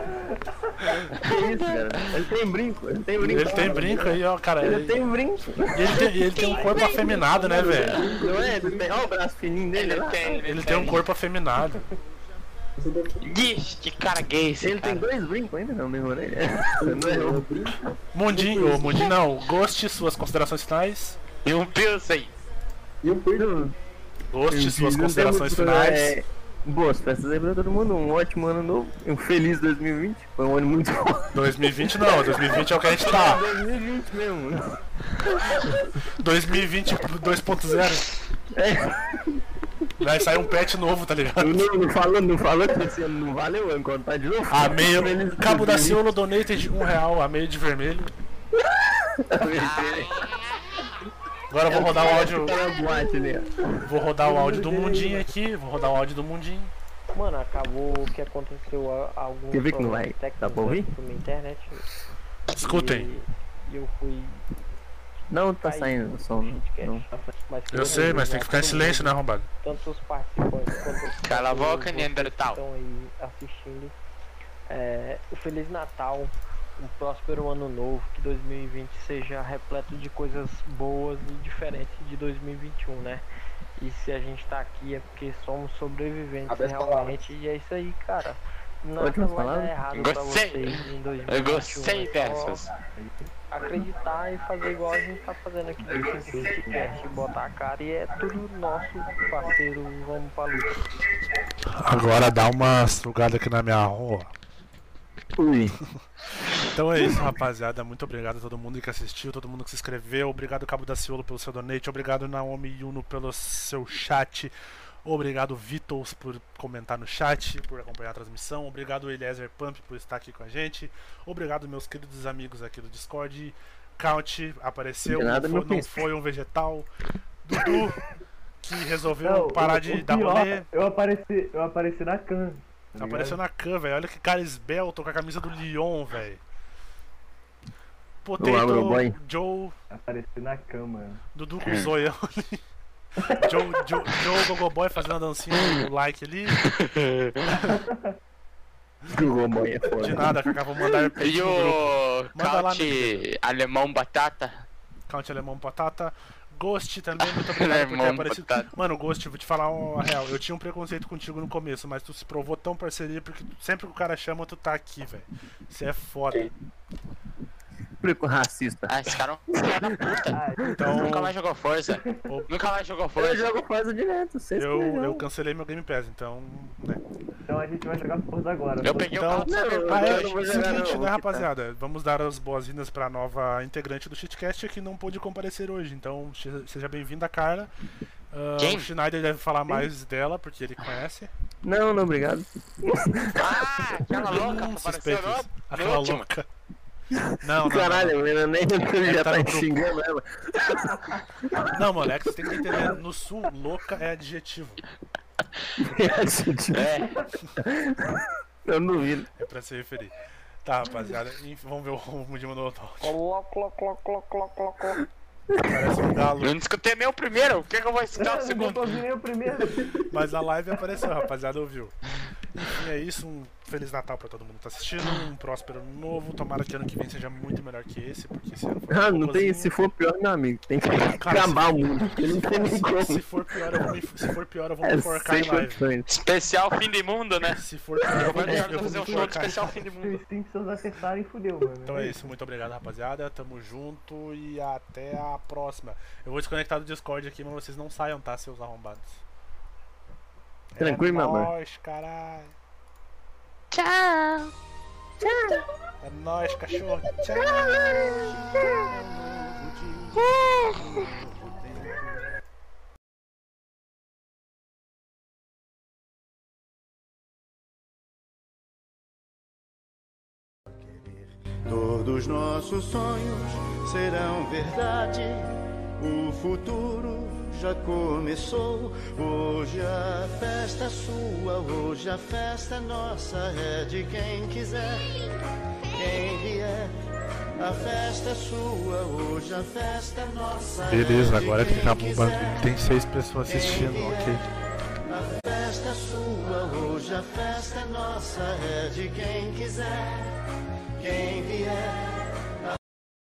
Que isso, cara? Ele tem brinco, ele tem brinco.
Ele tem brinco aí, ó, cara.
Ele
Ele,
tem brinco.
ele tem, ele tem um corpo afeminado, né, velho?
Não é? Ele tem... Olha o braço fininho dele lá.
Ele tem um corpo afeminado.
Diz, que cara gay esse
Ele tem
cara.
dois brincos ainda na mesma orelha. Não é? errou.
Mundinho, ô, Mundinho não, Ghost, suas considerações finais.
E um piercing.
E o Pedro.
Ghost, suas
Não tem
considerações
muito-
finais.
é, Boas festas aí pra todo mundo, um ótimo ano novo, um feliz 2020, foi um ano muito bom. *laughs*
2020 não, 2020 é o que a gente tá.
2020 mesmo. né?
2020 2.0.
É,
Vai sair um patch novo, tá ligado?
não, não falou, não falou que esse ano não valeu, ano quando tá de novo.
Amei
Feliz
o Cabo da
2020.
Ciolo donate de um real, amei de vermelho. Agora eu vou rodar o áudio.
Tá na boate ali, ó.
Vou rodar o áudio do mundinho aqui, vou rodar o áudio do mundinho.
Mano, acabou que aconteceu a- algum
Quer ver que não
problema
vai? Dá
técnico
pra ouvir?
na minha internet.
Escutem.
E eu fui.
Não tá saindo o som, não. não.
Mas
Eu sei, mas tem que ficar em silêncio, né, arrombado?
Tanto os participantes quanto os
Cala a boca,
vocês que
Neandertal.
Estão aí assistindo. É, o Feliz Natal
um próspero ano novo, que 2020 seja repleto de coisas boas e diferentes de 2021, né? E se a gente tá aqui é porque somos sobreviventes
Abre as
realmente, e é isso aí, cara. Nada
Ótimas
vai dar
palavras.
errado pra
Gostei.
vocês em 2021.
Eu gostei
é só
dessas.
Acreditar e fazer igual a gente tá fazendo aqui no podcast, botar a cara e é tudo nosso, parceiro, vamos pra luta.
Agora dá uma sugada aqui na minha rua.
Ui.
Então é isso, rapaziada. Muito obrigado a todo mundo que assistiu, todo mundo que se inscreveu. Obrigado, Cabo da Ciolo, pelo seu donate. Obrigado, Naomi Yuno, pelo seu chat. Obrigado, Vitals, por comentar no chat, por acompanhar a transmissão. Obrigado, Eliezer Pump, por estar aqui com a gente. Obrigado, meus queridos amigos aqui do Discord. Count apareceu,
De nada,
não,
meu
foi, não
príncipe.
foi um vegetal. Dudu, que resolveu
Não,
parar
o-
de
o
dar
pior,
rolê.
Eu apareci, eu apareci na can.
Tá apareceu na Khan, velho. Olha que cara esbelto com a camisa do Lyon, velho.
Agro Boy.
Potato, Joe,
Apareci na cama.
Dudu com o zoião ali. *laughs* Joe, Joe, Joe Gogoboy fazendo a dancinha do like ali.
Gogoboy é foda.
De nada, Kaká, vou mandar print
E
no
o
grupo. Manda lá no
Count Alemão Batata?
Count Alemão Patata. Ghost também, muito obrigado por ter
Alemão
aparecido. Mano, Ghost, vou te falar um- a real. Eu tinha um preconceito contigo no começo, mas tu se provou tão parceria porque tu- sempre que o cara chama, tu tá aqui, velho. Você é foda.
Público racista.
Ah, esse cara é um filho da puta.
Então,
Nunca mais jogou Forza. Nunca mais jogou Forza.
Eu jogo Forza direto, vocês que
Eu,
não.
eu cancelei meu Game Pass, então. Né.
Então a gente vai jogar porra agora.
Eu peguei o
Então,
carro do Saber
ah, é,
Punch.
o seguinte, né, rapaziada? Vamos dar as boas-vindas pra nova integrante do Shitcast que não pôde comparecer hoje. Então, che- seja bem-vinda, Carla. Ah,
Quem?
O Schneider deve falar mais dela, porque ele conhece.
Não, não, obrigado.
Ah, Aquela louca,
Hum,
apareceu
suspeitos.
no-
Aquela
último.
louca. Não, não,
Caralho,
não,
a
não.
menina nem
Ela
já
tá
tá
no grupo.
xingando ela. *laughs*
Não, mano, é que você tem que entender. No sul, louca é adjetivo.
É,
Eu não duvido.
É pra se referir. Tá, rapaziada. Enfim, vamos ver o Mudinho mandou Parece um galo.
Eu não escutei nem o primeiro, o que, que eu vou escutar
*laughs*
o
Não
segundo?
tô ouvindo nem o primeiro.
Mas a live apareceu, rapaziada, ouviu? Enfim, é isso. Um Feliz Natal pra todo mundo que tá assistindo. Um próspero ano novo. Tomara que ano que vem seja muito melhor que esse, porque esse ano foi
Ah,
uma
não tem. Se for pior, meu amigo, tem que acabar o mundo. Não tem nem como.
boazinha. *laughs* Se for pior, eu vou me, se for pior, eu vou me
É,
enforcar
sem
em live.
condições.
Especial fim de mundo, né?
Se for pior, eu vou,
Agora
eu
eu
vou
vou fazer
me
um show de
enforcar.
especial fim de mundo.
Se os Simpsons acertarem, fudeu, mano.
Então é isso, muito obrigado, rapaziada. Tamo junto e até a próxima. Eu vou desconectar do Discord aqui, mas vocês não saiam, tá, seus arrombados.
Tranquilo,
é
meu amor.
nóis, caralho.
Tchau. Tchau.
É nóis, cachorro. Tchau.
Todos nossos sonhos serão verdade. O futuro já começou. Hoje a festa é sua, hoje a festa é nossa é de quem quiser, quem vier. A festa é sua, hoje a festa é nossa. é
Beleza,
de
agora
quem
tem na bomba.
quiser.
Tem seis pessoas assistindo, ok.
A festa é sua, hoje a festa é nossa, é de quem quiser, quem vier.